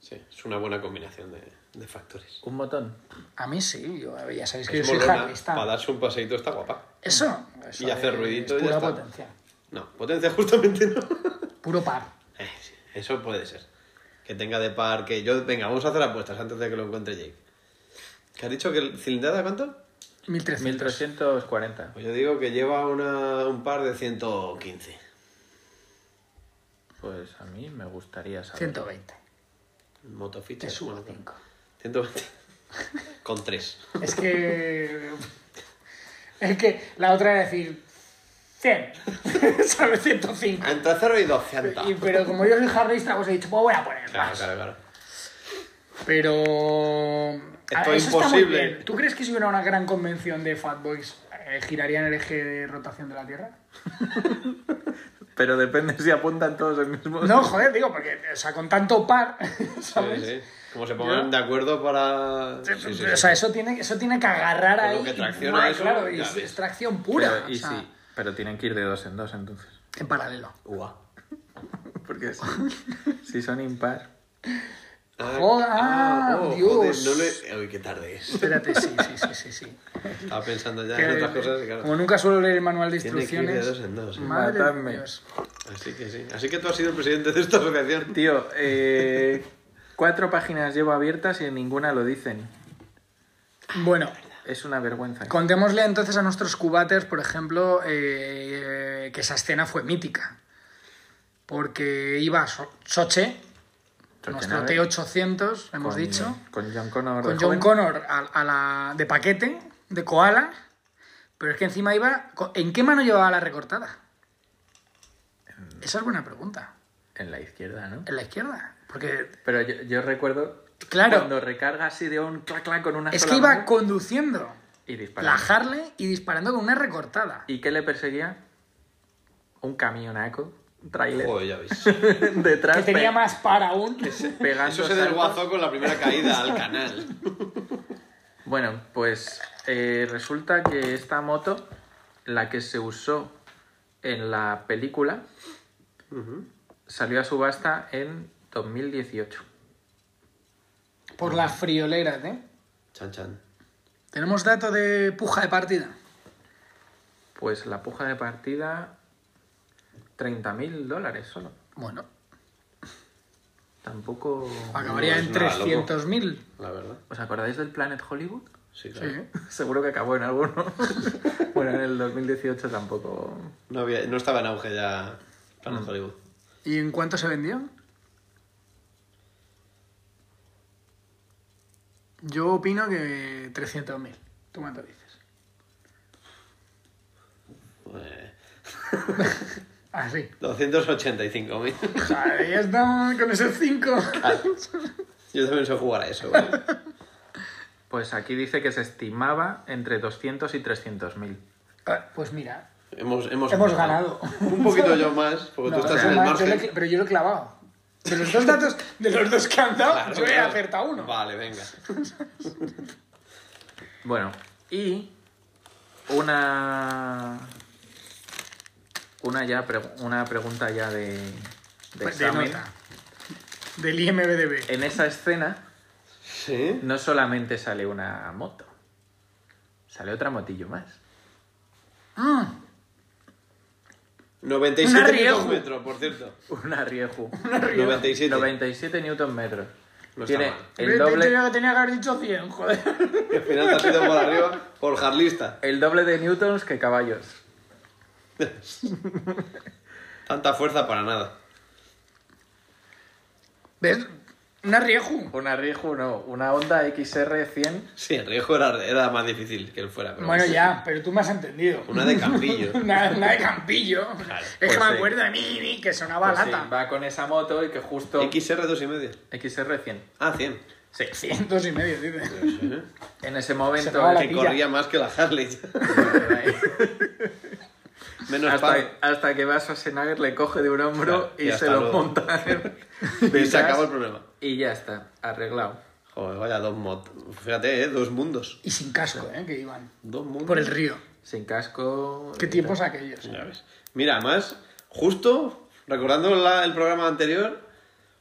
B: Sí, es una buena combinación de, de factores.
A: Un botón.
F: A mí sí, yo, ya sabéis que
B: Es
F: yo soy
B: molona,
F: harleyista.
B: para darse un paseíto está guapa.
F: Eso, eso
B: Y hacer
F: es
B: ruidito y ya
F: pura
B: está.
F: potencia.
B: No, potencia justamente no.
F: Puro par.
B: Eh, sí, Eso puede ser. Que tenga de par, que yo... Venga, vamos a hacer apuestas antes de que lo encuentre Jake. ¿Qué has dicho? que el ¿Cilindrada cuánto?
F: 1300.
A: 1340.
B: Pues yo digo que lleva una, un par de 115.
A: Pues a mí me gustaría saber.
F: 120.
B: Motoficha.
F: Te
B: es
F: subo
B: una-
F: 5.
B: 120. Con 3.
F: Es que. Es que la otra era decir. 100. ¿Sabes? 105.
B: Entre 0 y 200.
F: Y- pero como yo soy harleyista, pues he dicho, pues voy a poner
B: Claro,
F: más.
B: claro, claro.
F: Pero.
B: Esto
F: Ah,
B: es
F: eso está muy
B: imposible.
F: bien. ¿Tú crees que si hubiera una gran convención de Fatboys, eh, girarían el eje de rotación de la Tierra?
A: Pero depende si apuntan todos el mismo.
F: No, joder, digo, porque, o sea, con tanto par, ¿sabes?
B: Sí, sí. Como se pongan de acuerdo para. Sí, sí, sí.
F: o sea, eso tiene, eso tiene que agarrar
B: Con lo
F: ahí.
B: que
F: y
B: tracciona
F: fumar,
B: eso,
F: claro, y
B: ya
F: es,
B: ves.
F: es tracción pura.
A: Pero, y
F: o sea,
A: sí, pero tienen que ir de dos en dos entonces.
F: En paralelo.
B: Ua.
A: Porque si, si son impar.
B: Ah,
F: Joder,
B: ah,
F: Oh, Dios.
B: joder, no le... Uy, qué tarde es.
F: Espérate, sí, sí, sí, sí. sí.
B: Estaba pensando ya en
F: Que,
B: otras cosas. y Claro.
F: Como nunca suelo leer el manual de
B: Tiene que ir de
F: instrucciones.
B: dos en dos. ¿eh?
F: Madre
A: Matadme.
F: de Dios.
B: Así que sí. Así que tú has sido el presidente de esta asociación.
A: Tío, eh, cuatro páginas llevo abiertas y en ninguna lo dicen.
F: Bueno,
A: Es una vergüenza.
F: contémosle entonces a nuestros cubaters, por ejemplo, eh, que esa escena fue mítica. Porque iba So- Soche, nuestro
A: Schwarzenegger
F: T800, hemos
A: con-
F: dicho.
A: Con John Connor.
F: con
A: de joven.
F: John Connor a, a la, de paquete, de koala, pero es que encima iba... co- ¿En qué mano llevaba la recortada? Esa es buena pregunta.
A: En la izquierda, ¿no?
F: ¿En la izquierda? Porque,
A: Pero yo, yo recuerdo
F: Claro.
A: cuando recarga así de un clac clac con una
F: es
A: sola
F: que iba
A: mano
F: conduciendo
A: y
F: la
A: dispara.
F: Harley y disparando con una recortada.
A: ¿Y qué le perseguía? Un camionaco, un tráiler
B: Joder, ya veis.
A: detrás.
F: Que tenía
A: pe-
F: más para aún.
A: Pegando
B: Eso se
A: saltos.
B: desguazó con la primera caída al canal.
A: Bueno, pues eh, resulta que esta moto, la que se usó en la película, salió a subasta en 2018.
F: Por las frioleras, ¿eh?
B: Chan, chan.
F: ¿Tenemos dato de puja de partida?
A: Pues la puja de partida, 30.000 dólares solo.
F: Bueno,
A: Tampoco...
F: acabaría
B: no es
F: en
B: nada, loco.
F: 300.000.
B: La verdad.
A: ¿Os acordáis del Planet Hollywood?
B: Sí,
F: Sí.
B: claro.
A: Seguro que acabó en alguno. bueno, en el 2018 tampoco...
B: No, había, no estaba en auge ya para
F: Mm.
B: Hollywood.
F: ¿Y en cuánto se vendió? Yo opino que 300.000. ¿Tú cuánto dices?
B: Pues,
F: Así.
B: 285.000.
F: Ahí estamos con esos 5.
B: Yo también sé jugar a eso, ¿vale?
A: Pues aquí dice que se estimaba entre 200 y 300.000.
F: Pues mira,
B: Hemos, hemos,
F: hemos ganado.
B: Un poquito yo más, porque
F: No,
B: tú estás en
F: yo
B: el
F: la- yo
B: margen.
F: le he cl- pero yo lo he clavado. De los dos datos, de los dos que han dado,
B: Claro,
F: yo he
B: claro.
F: acertado uno.
B: Vale, venga.
A: Bueno, y una una ya pregu- una pregunta ya de, de
F: Pues, De
A: examen.
F: nota. Del IMBDB.
A: En esa escena
B: ¿Sí?
A: no solamente sale una moto, sale otra motillo más.
F: Mm,
B: 97
F: arriesgo.
B: kilómetros, metros, por cierto.
A: Una Rieju.
F: arriesgo.
B: 97.
A: 97 newton metros.
B: No está
A: Tiene
B: mal.
A: el
F: Ve, te-
A: doble,
F: tenía- tenía que haber dicho 100, joder.
B: Y al final te has ido por arriba por jarlista.
A: el doble de newtons que caballos.
B: Tanta fuerza para nada.
F: ¿Ves? Un arriesgo.
A: Una Rieju no, una Honda XR 100
B: Sí, el riesgo era, era más difícil que él fuera. Pero
F: Bueno, ya, pero tú me has entendido.
B: Una de campillo.
F: Una, una de campillo. es que
A: pues
F: me
A: sí.
F: acuerdo de mí, mí, que sonaba
A: Pues sí,
F: lata.
A: va con esa moto y que justo
B: XR 2,5.
A: XR 100.
B: Ah, 100.
A: Sí.
F: Cientos y medio, dice.
A: En ese momento
F: Sonaba la
B: Que corría más que la Harley. Menos
A: hasta,
B: par.
A: hasta que va Schwarzenegger, le coge de un hombro
B: Claro,
A: y,
B: y hasta
A: se lo
B: luego.
A: monta. en-
B: Y se
A: detrás
B: acabó el problema.
A: y ya está, arreglado.
B: Joder, vaya dos motos. Fíjate, ¿eh? dos mundos.
F: Y sin casco, ¿eh? Que iban.
B: Dos mundos.
F: Por el río.
A: Sin casco.
F: Qué
A: y
F: tiempos
A: tal.
F: aquellos.
B: Pues Ya ves. Mira, además, justo, recordando la- el programa anterior,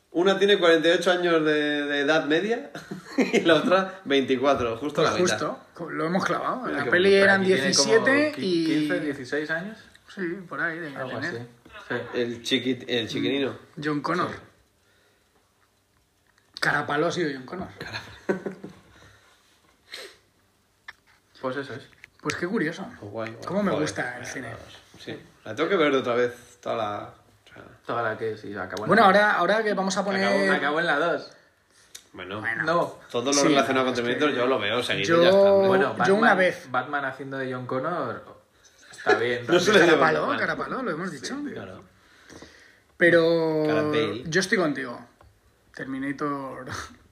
B: una tiene 48 años de, de edad media y la otra 24, justo la mitad.
F: Justo, lo hemos clavado. En
B: Mira
F: la
B: qué
F: peli
B: bonito.
F: eran
A: Aquí tiene como
F: 17
A: qui-
F: y.
A: 15, 16 años.
F: Sí, por ahí. de
A: Algo así.
F: tener.
A: Sí.
B: El, chiquit, el chiquinino.
F: John Connor. Carapalo ha sido John Connor.
A: Pues eso es.
F: Pues qué curioso.
B: Pues guay, guay.
F: ¿Cómo me
B: Joder,
F: gusta el
B: mira,
F: cine?
B: Sí, la tengo que ver de otra vez. Toda la. o sea,
A: Toda la que sí, acabó en
F: Bueno,
A: la-
F: ahora, ahora que vamos a
A: Acabó,
F: poner.
A: acabó en la 2.
B: bueno,
A: No.
B: todo lo
F: Sí,
B: relacionado con
F: es que-
B: Terminator yo lo veo seguido
F: Yo-
B: y ya está. hombre.
A: Bueno,
F: Yo
A: Batman,
F: una vez.
A: Batman haciendo de John Connor. Está bien.
B: No se le dio
F: Carapalo,
B: mal.
F: Carapalo, lo hemos dicho.
B: Claro.
F: Pero.
B: Carapel.
F: Yo estoy contigo. Terminator.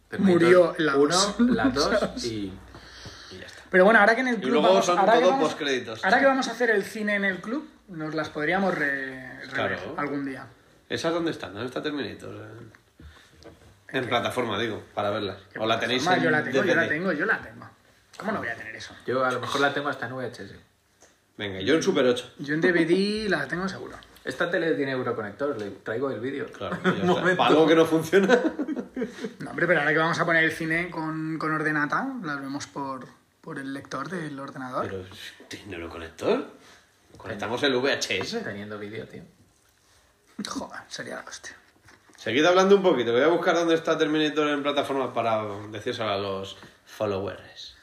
A: Terminator
F: Murió en la
A: uno,
F: dos.
A: la 2 y.
F: Pero bueno, ahora que en el club.
B: luego
F: vamos,
B: son
F: ahora que
B: todo
F: vamos-
B: postcréditos.
F: Ahora que vamos a hacer el cine en el club, nos las podríamos re- rever
B: Claro.
F: algún día.
B: ¿Esas dónde están? ¿Dónde está Terminator? En- En plataforma, digo, para verlas. ¿O la tenéis
F: Además,
B: en
F: yo la tengo, yo la
B: DVD?
F: tengo, yo la tengo. ¿Cómo no voy a tener eso?
A: Yo a lo mejor la tengo hasta en VHS.
B: Venga, yo en Super 8.
F: Yo en DVD la tengo seguro.
A: Esta tele tiene euroconector, le traigo el vídeo.
B: Claro,
A: Un
B: ya está.
A: momento.
B: Para algo que no funciona.
F: No, hombre, pero ahora que vamos a poner el cine con, con ordenata, la vemos por, por el lector del ordenador.
B: Pero, ¿tiene un conector? Conectamos el VHS.
A: Teniendo vídeo, tío.
F: Joder, sería la hostia.
B: Seguid hablando un poquito. Voy a buscar dónde está Terminator en plataforma para decírselo a los followers.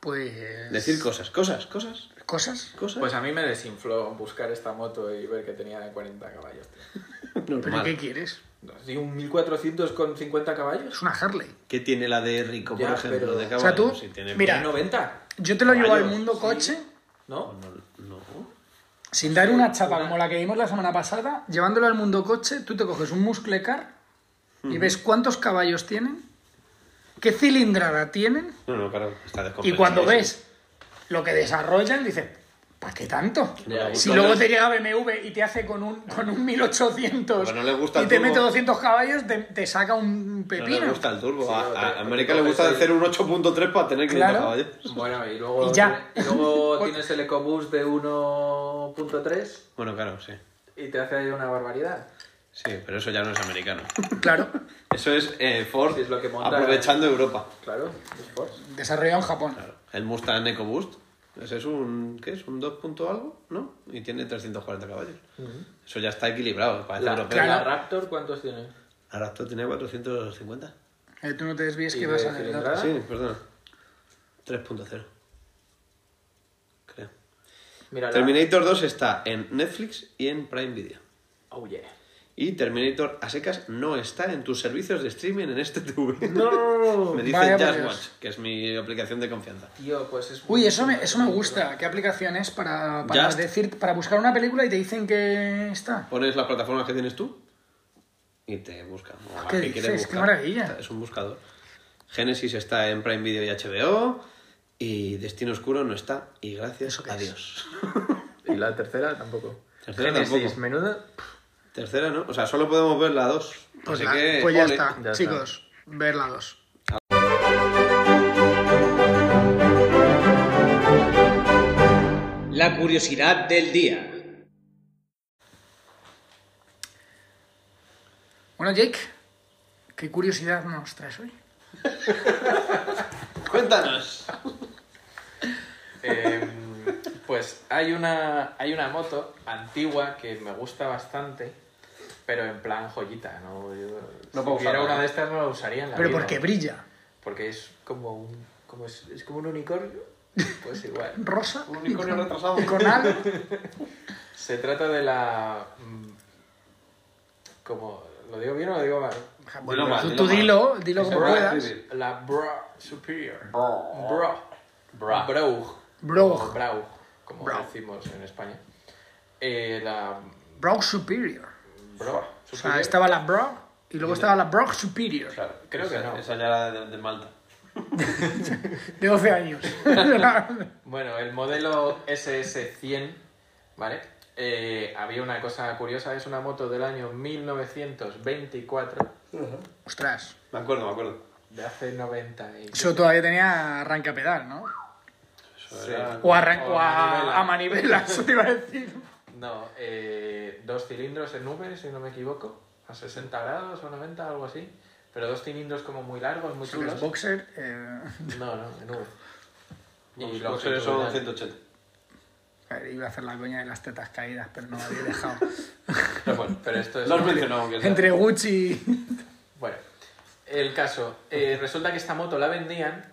F: Pues.
B: Decir cosas, cosas, cosas,
F: cosas.
B: cosas.
A: Pues a mí me desinfló buscar esta moto y ver que tenía 40 caballos. Tío.
F: ¿Pero
B: normal.
F: qué
B: ¿Qué,
F: quieres?
A: Sí, un 1400 con 50 caballos.
F: Es una Harley.
B: tiene la de Rico, por
A: Ya,
B: ejemplo?
A: pero-
B: de
A: O sea,
B: caballo?
F: tú-
B: Si tiene-
F: mira.
A: 90,
F: Yo te lo llevo al
B: Caballos,
F: mundo coche
A: ¿no?
B: No.
F: sin dar una chapa como la que dimos la semana pasada. Llevándolo al mundo coche, tú te coges un muscle car y ves cuántos caballos tienen, qué cilindrada tienen.
B: No, no, claro, está
F: Y
B: descompensado.
F: cuando ves lo que desarrollan, dices, ¿para qué tanto?
B: Ya,
F: si
B: y-
F: luego te llega BMW y te hace con un, con un 1800
B: Pero no le gusta
F: y
B: el
F: te
B: turbo.
F: mete 200 caballos, te, te saca un
B: No
F: pepino.
B: le gusta el turbo.
A: Sí,
B: a,
A: no,
B: a-
A: te-
B: a
A: te
B: América le gusta
A: coges
B: hacer un 8.3 para tener 500
F: Claro.
B: caballos.
A: Bueno, y luego,
F: Y ya.
A: y luego tienes el EcoBoost de 1.3
B: Bueno, claro, sí.
A: y te hace ahí una barbaridad.
B: Sí, pero eso ya no es americano.
F: Claro,
B: Eso es eh, Ford
A: Sí, es lo que monta-
B: aprovechando Europa.
A: Claro, es Ford.
F: desarrollado en Japón.
B: Claro. El Mustang EcoBoost. Ese es un, ¿qué es? ¿Un 2 punto algo? ¿No? Y tiene 340 caballos. Eso ya está equilibrado. Parece
D: La,
B: europeo.
D: la Raptor, ¿cuántos tiene?
B: La Raptor tiene 450.
F: Eh, tú no te desvíes
D: ¿Y
F: que
D: de
F: vas a ver
D: cilindrada?
F: datos.
B: Sí, perdona. 3.0. Creo.
D: Mira, la-
B: Terminator 2 está en Netflix y en Prime Video.
D: Oh, yeah.
B: Y Terminator a secas no está en tus servicios de streaming en este TV.
D: No.
B: me dice
F: Vaya por
B: Just
F: Dios.
B: Watch, que es mi aplicación de confianza.
D: Tío, pues es...
F: Uy, eso me, eso me gusta. ¿Qué aplicación es para, para
B: Just.
F: decir, para buscar una película y te dicen que está?
B: Pones las plataformas que tienes tú y te busca. o la
F: Ah, ¿Qué
B: que quieres
F: dices? ¡Qué
B: buscar.
F: maravilla!
B: Es un buscador. Genesis está en Prime Video y HBO. Y Destino Oscuro no está. Y gracias
F: ¿Eso qué
B: a
F: es?
B: Dios.
A: Y la tercera tampoco.
B: Tercera
A: Génesis,
B: tampoco.
A: menuda.
B: Tercera, ¿no? O sea, solo podemos ver la 2.
F: Pues,
B: Así
F: la-
B: que.
F: pues ya
B: ole.
F: está,
A: Ya está.
F: chicos. Ver la 2.
C: La curiosidad del día.
F: Bueno, Jake, ¿qué curiosidad nos traes hoy?
B: Cuéntanos.
D: Eh, pues hay una, hay una moto antigua que me gusta bastante, pero en plan joyita. No, Yo-
B: No
D: si
B: puedo
D: tuviera
B: usarla.
D: una de estas no la usaría en la
F: Pero
D: vida.
F: porque brilla.
D: Porque es como un, como es, es como un unicornio. Pues igual.
F: Rosa
B: Un
F: y
B: unicornio
F: con,
B: retrasado.
F: y con algo.
D: Se trata de la... mm, Como... ¿Lo digo bien o lo digo mal?
B: Dilo mal,
F: Tú, tú
B: mal.
F: dilo, dilo como
B: Bra-
F: puedas.
D: La Bra Superior. Bra. Bra. Braug.
F: Braug.
D: O Braug, como
F: Braug.
D: decimos en España. Eh, la
F: Brock Superior.
D: Bra
F: O
D: Superior.
F: sea, estaba la Brock y luego estaba la Brock Superior.
D: Claro, creo que
B: Esa-
D: no.
B: Esa ya era de, de Malta.
F: De 12 años.
D: Bueno, el modelo SS100, ¿vale? Eh, había una cosa curiosa, es una moto del año 1924,
F: Ostras.
B: Me acuerdo, me acuerdo.
D: de hace 90 y...
F: Eso todavía tenía arranque a pedal, ¿no?
B: Eso
D: Sí.
B: era-
F: O, arran-
D: O
F: o a,
D: manivela.
F: a manivela, eso te iba a decir.
D: No, eh, dos cilindros en V, si no me equivoco, a 60 grados o 90, algo así, pero dos cilindros como muy largos, muy
F: Los
D: chulos.
F: boxer. eh,
D: No, no, en V.
A: Pues
B: Los
D: la
B: boxers son
D: longitudinal.
B: 180.
F: a ver, iba a hacer la coña de las tetas caídas, pero no la había dejado.
D: Pero bueno, pero esto es...
B: Los mencionamos. que es-
F: Entre Gucci.
D: Bueno, el caso. eh, resulta que esta moto la vendían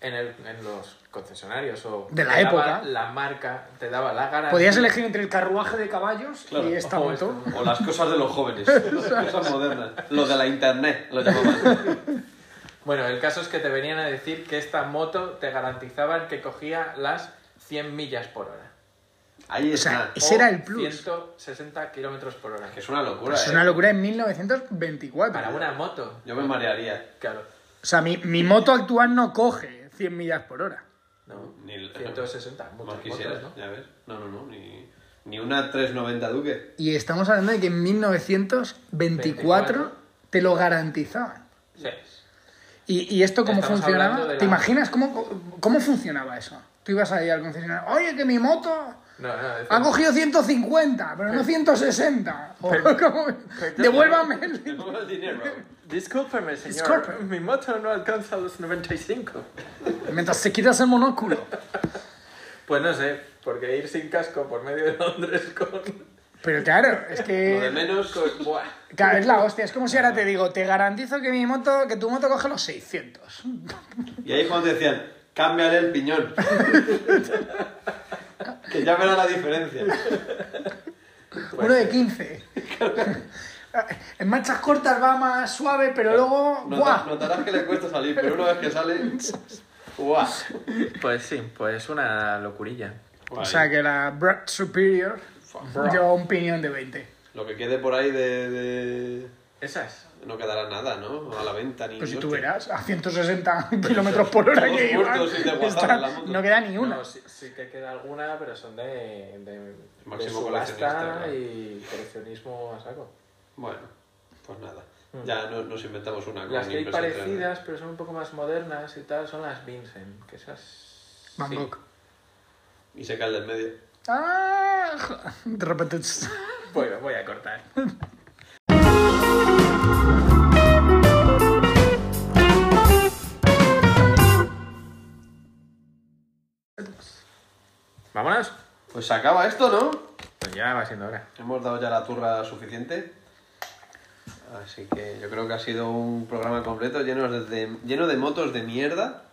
D: en, el- en los concesionarios o...
F: De la
D: te daba
F: época.
D: La marca te daba la garantía.
F: Podías elegir entre el carruaje de caballos
B: Claro.
F: y esta
D: Ojo, este.
F: moto.
D: esto.
B: O las cosas de los jóvenes. Las cosas modernas. Lo de la internet, lo llamaban.
D: Bueno, el caso es que te venían a decir que esta moto te garantizaban que cogía las 100 millas por hora.
B: Ahí
F: O sea,
B: está.
F: ese era el plus.
D: 160 kilómetros por hora.
B: Que es una locura,
F: Es
B: eh.
F: una locura en 1924.
D: Para una moto.
B: Yo me marearía.
D: Claro.
F: O sea, mi, mi moto actual no coge 100 millas por hora.
D: No,
B: Ni el-
D: 160. Muchas
B: Más
D: motos,
B: quisiera,
D: ¿no?
B: ya ves. No, no, no. Ni, ni una 390 Duque.
F: Y estamos hablando de que en 1924 te lo garantizaban.
D: Sí.
F: ¿Y, y esto cómo
D: Estamos
F: funcionaba?
D: hablando de la-
F: ¿Te imaginas cómo, cómo funcionaba eso? Tú ibas ahí al concesionario, oye, que mi moto
D: No, Ah, no, es-
F: ha cogido 150, pero no 160. O como, Devuélvame. el-
B: el dinero.
F: Eh.
D: Discúlpeme, señor.
F: Disculpe.
D: Mi moto no alcanza los 95.
F: Mientras te quitas el monóculo.
D: Pues no sé, porque ir sin casco por medio de Londres con...
F: Pero claro, es
B: Lo de
F: que...
B: menos. pues,
D: con- buah.
F: Claro, es la hostia. Es como si ahora te digo, te garantizo que mi moto, que tu moto coge los 600.
B: Y ahí cuando decían, cámbiale el piñón. que ya verá la diferencia.
F: Uno de 15. en manchas cortas va más suave, pero luego...
B: Nota-
F: ¡guau!
B: notarás que le cuesta salir, pero una vez que sale. ¡Guau!
D: Pues sí, pues una locurilla.
F: O sea que la Brad Superior lleva un piñón de 20.
B: Lo que quede por ahí de, de-
D: Esas.
B: No quedará nada, ¿no? A la venta ni.
F: Pues si
B: hostia.
F: tú verás, a 160 kilómetros por hora
B: todos
F: que iba,
B: muertos sin desguazar
F: está-
B: en la moto.
F: no queda ni una.
D: No, sí, sí que queda alguna, pero son de, de, de
B: Máximo coleccionista,
D: subasta
B: claro.
D: y coleccionismo a saco.
B: Bueno, pues nada. Ya no- nos inventamos una con
D: Las que hay
B: impresa en
D: parecidas, pero son un poco más modernas y tal, son las Vincent, que esas...
F: Van
D: sí.
F: Gogh.
B: tres, Y se cae el del medio.
F: Ah, ja, de repente... tss.
D: Bueno, voy a cortar.
B: Pues se acaba esto, ¿no?
A: Pues ya va siendo hora.
B: Hemos dado ya la turra suficiente. Así que yo creo que ha sido un programa completo lleno de, lleno de motos de mierda.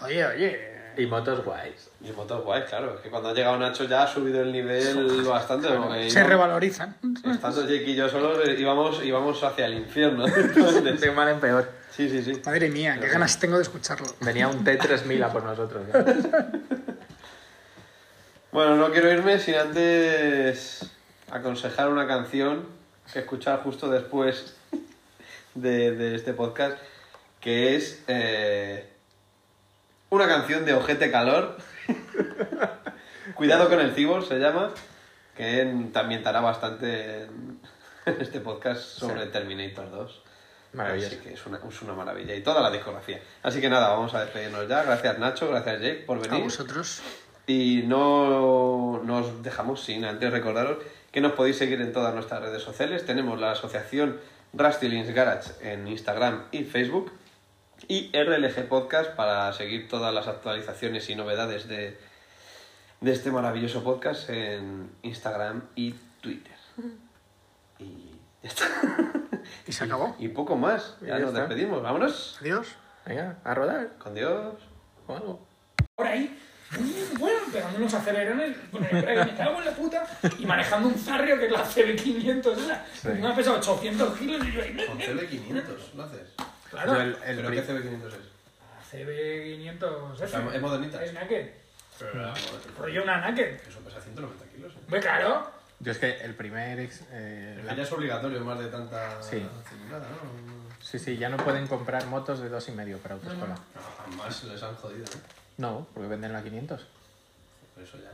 F: Oye, oye.
D: Y motos guays.
B: Y motos guays, claro. Es que cuando ha llegado Nacho ya ha subido el nivel bastante. porque
F: Se
B: íbamos-
F: revalorizan.
B: Estando Jake y yo solos eh, íbamos, íbamos hacia el infierno. Entonces,
A: De mal en peor.
B: sí, sí, sí.
F: Madre mía, qué ganas tengo de escucharlo.
D: Venía un T3000 a por nosotros. ¿eh?
B: Bueno, no quiero irme sin antes aconsejar una canción que escuchar justo después de, de este podcast, que es eh, una canción de Ojete Calor. Cuidado con el cibor, se llama, que en- también estará bastante en, en este podcast sobre Terminator 2.
D: Maravilloso.
B: Así que es una, es una maravilla y toda la discografía. Así que nada, vamos a despedirnos ya. Gracias Nacho, gracias Jake por
F: A
B: venir.
F: vosotros.
B: Y no nos dejamos sin antes recordaros que nos podéis seguir en todas nuestras redes sociales. Tenemos la asociación Rusty Links Garage en Instagram y Facebook. Y RLG Podcast para seguir todas las actualizaciones y novedades de, de este maravilloso podcast en Instagram y Twitter. Y ya está.
F: Y se acabó.
B: Y poco más.
A: Y
B: Ya,
A: ya
B: nos
A: está.
B: despedimos. Vámonos.
F: Adiós.
A: Venga, a rodar
B: Con Dios.
A: o algo.
F: Ahora ahí, Mm, bueno, pegando unos acelerones con el breve, me cago en la puta, y manejando un zarrio que es la CB500, esa. Me ha pesado 800 kilos y yo ahí,
B: Con CB500, ¿lo haces?
A: Yo
F: Claro,
A: el- el pri-
B: CB500 es?
F: la CB500
B: O sea,
F: esa.
B: es modernita.
F: Es naked.
B: Pero
F: Rollo una naked.
B: Eso pesa 190 kilos. ¿eh?
F: Hombre, claro.
A: Yo es que el primer... ex- eh,
B: Es
A: la-
B: que ya es obligatorio más de tanta
A: Sí.
B: cilindrada, ¿no?
A: Sí, sí, ya no pueden comprar motos de dos y medio para autoescuela.
B: No, más les han jodido, ¿eh?
A: No, porque venden la 500.
B: Por eso ya.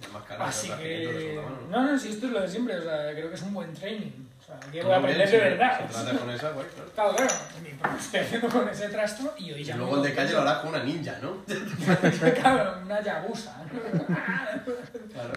B: Ya más caro.
F: Así
B: otras
F: que.
B: 500 de segunda mano, ¿no?
F: No, no, si esto es lo de siempre, o sea, creo que es un buen training. O sea, quiero
B: Muy bien,
F: aprender
B: si-
F: de verdad.
B: Si tratas con esa, guay, claro.
F: Claro, claro. Mi papá estoy haciendo con ese trasto y hoy
B: Y
F: ya.
B: luego
F: no-
B: el de calle lo harás con una ninja, ¿no?
F: Claro, una yabusa. ¿no?
B: Claro.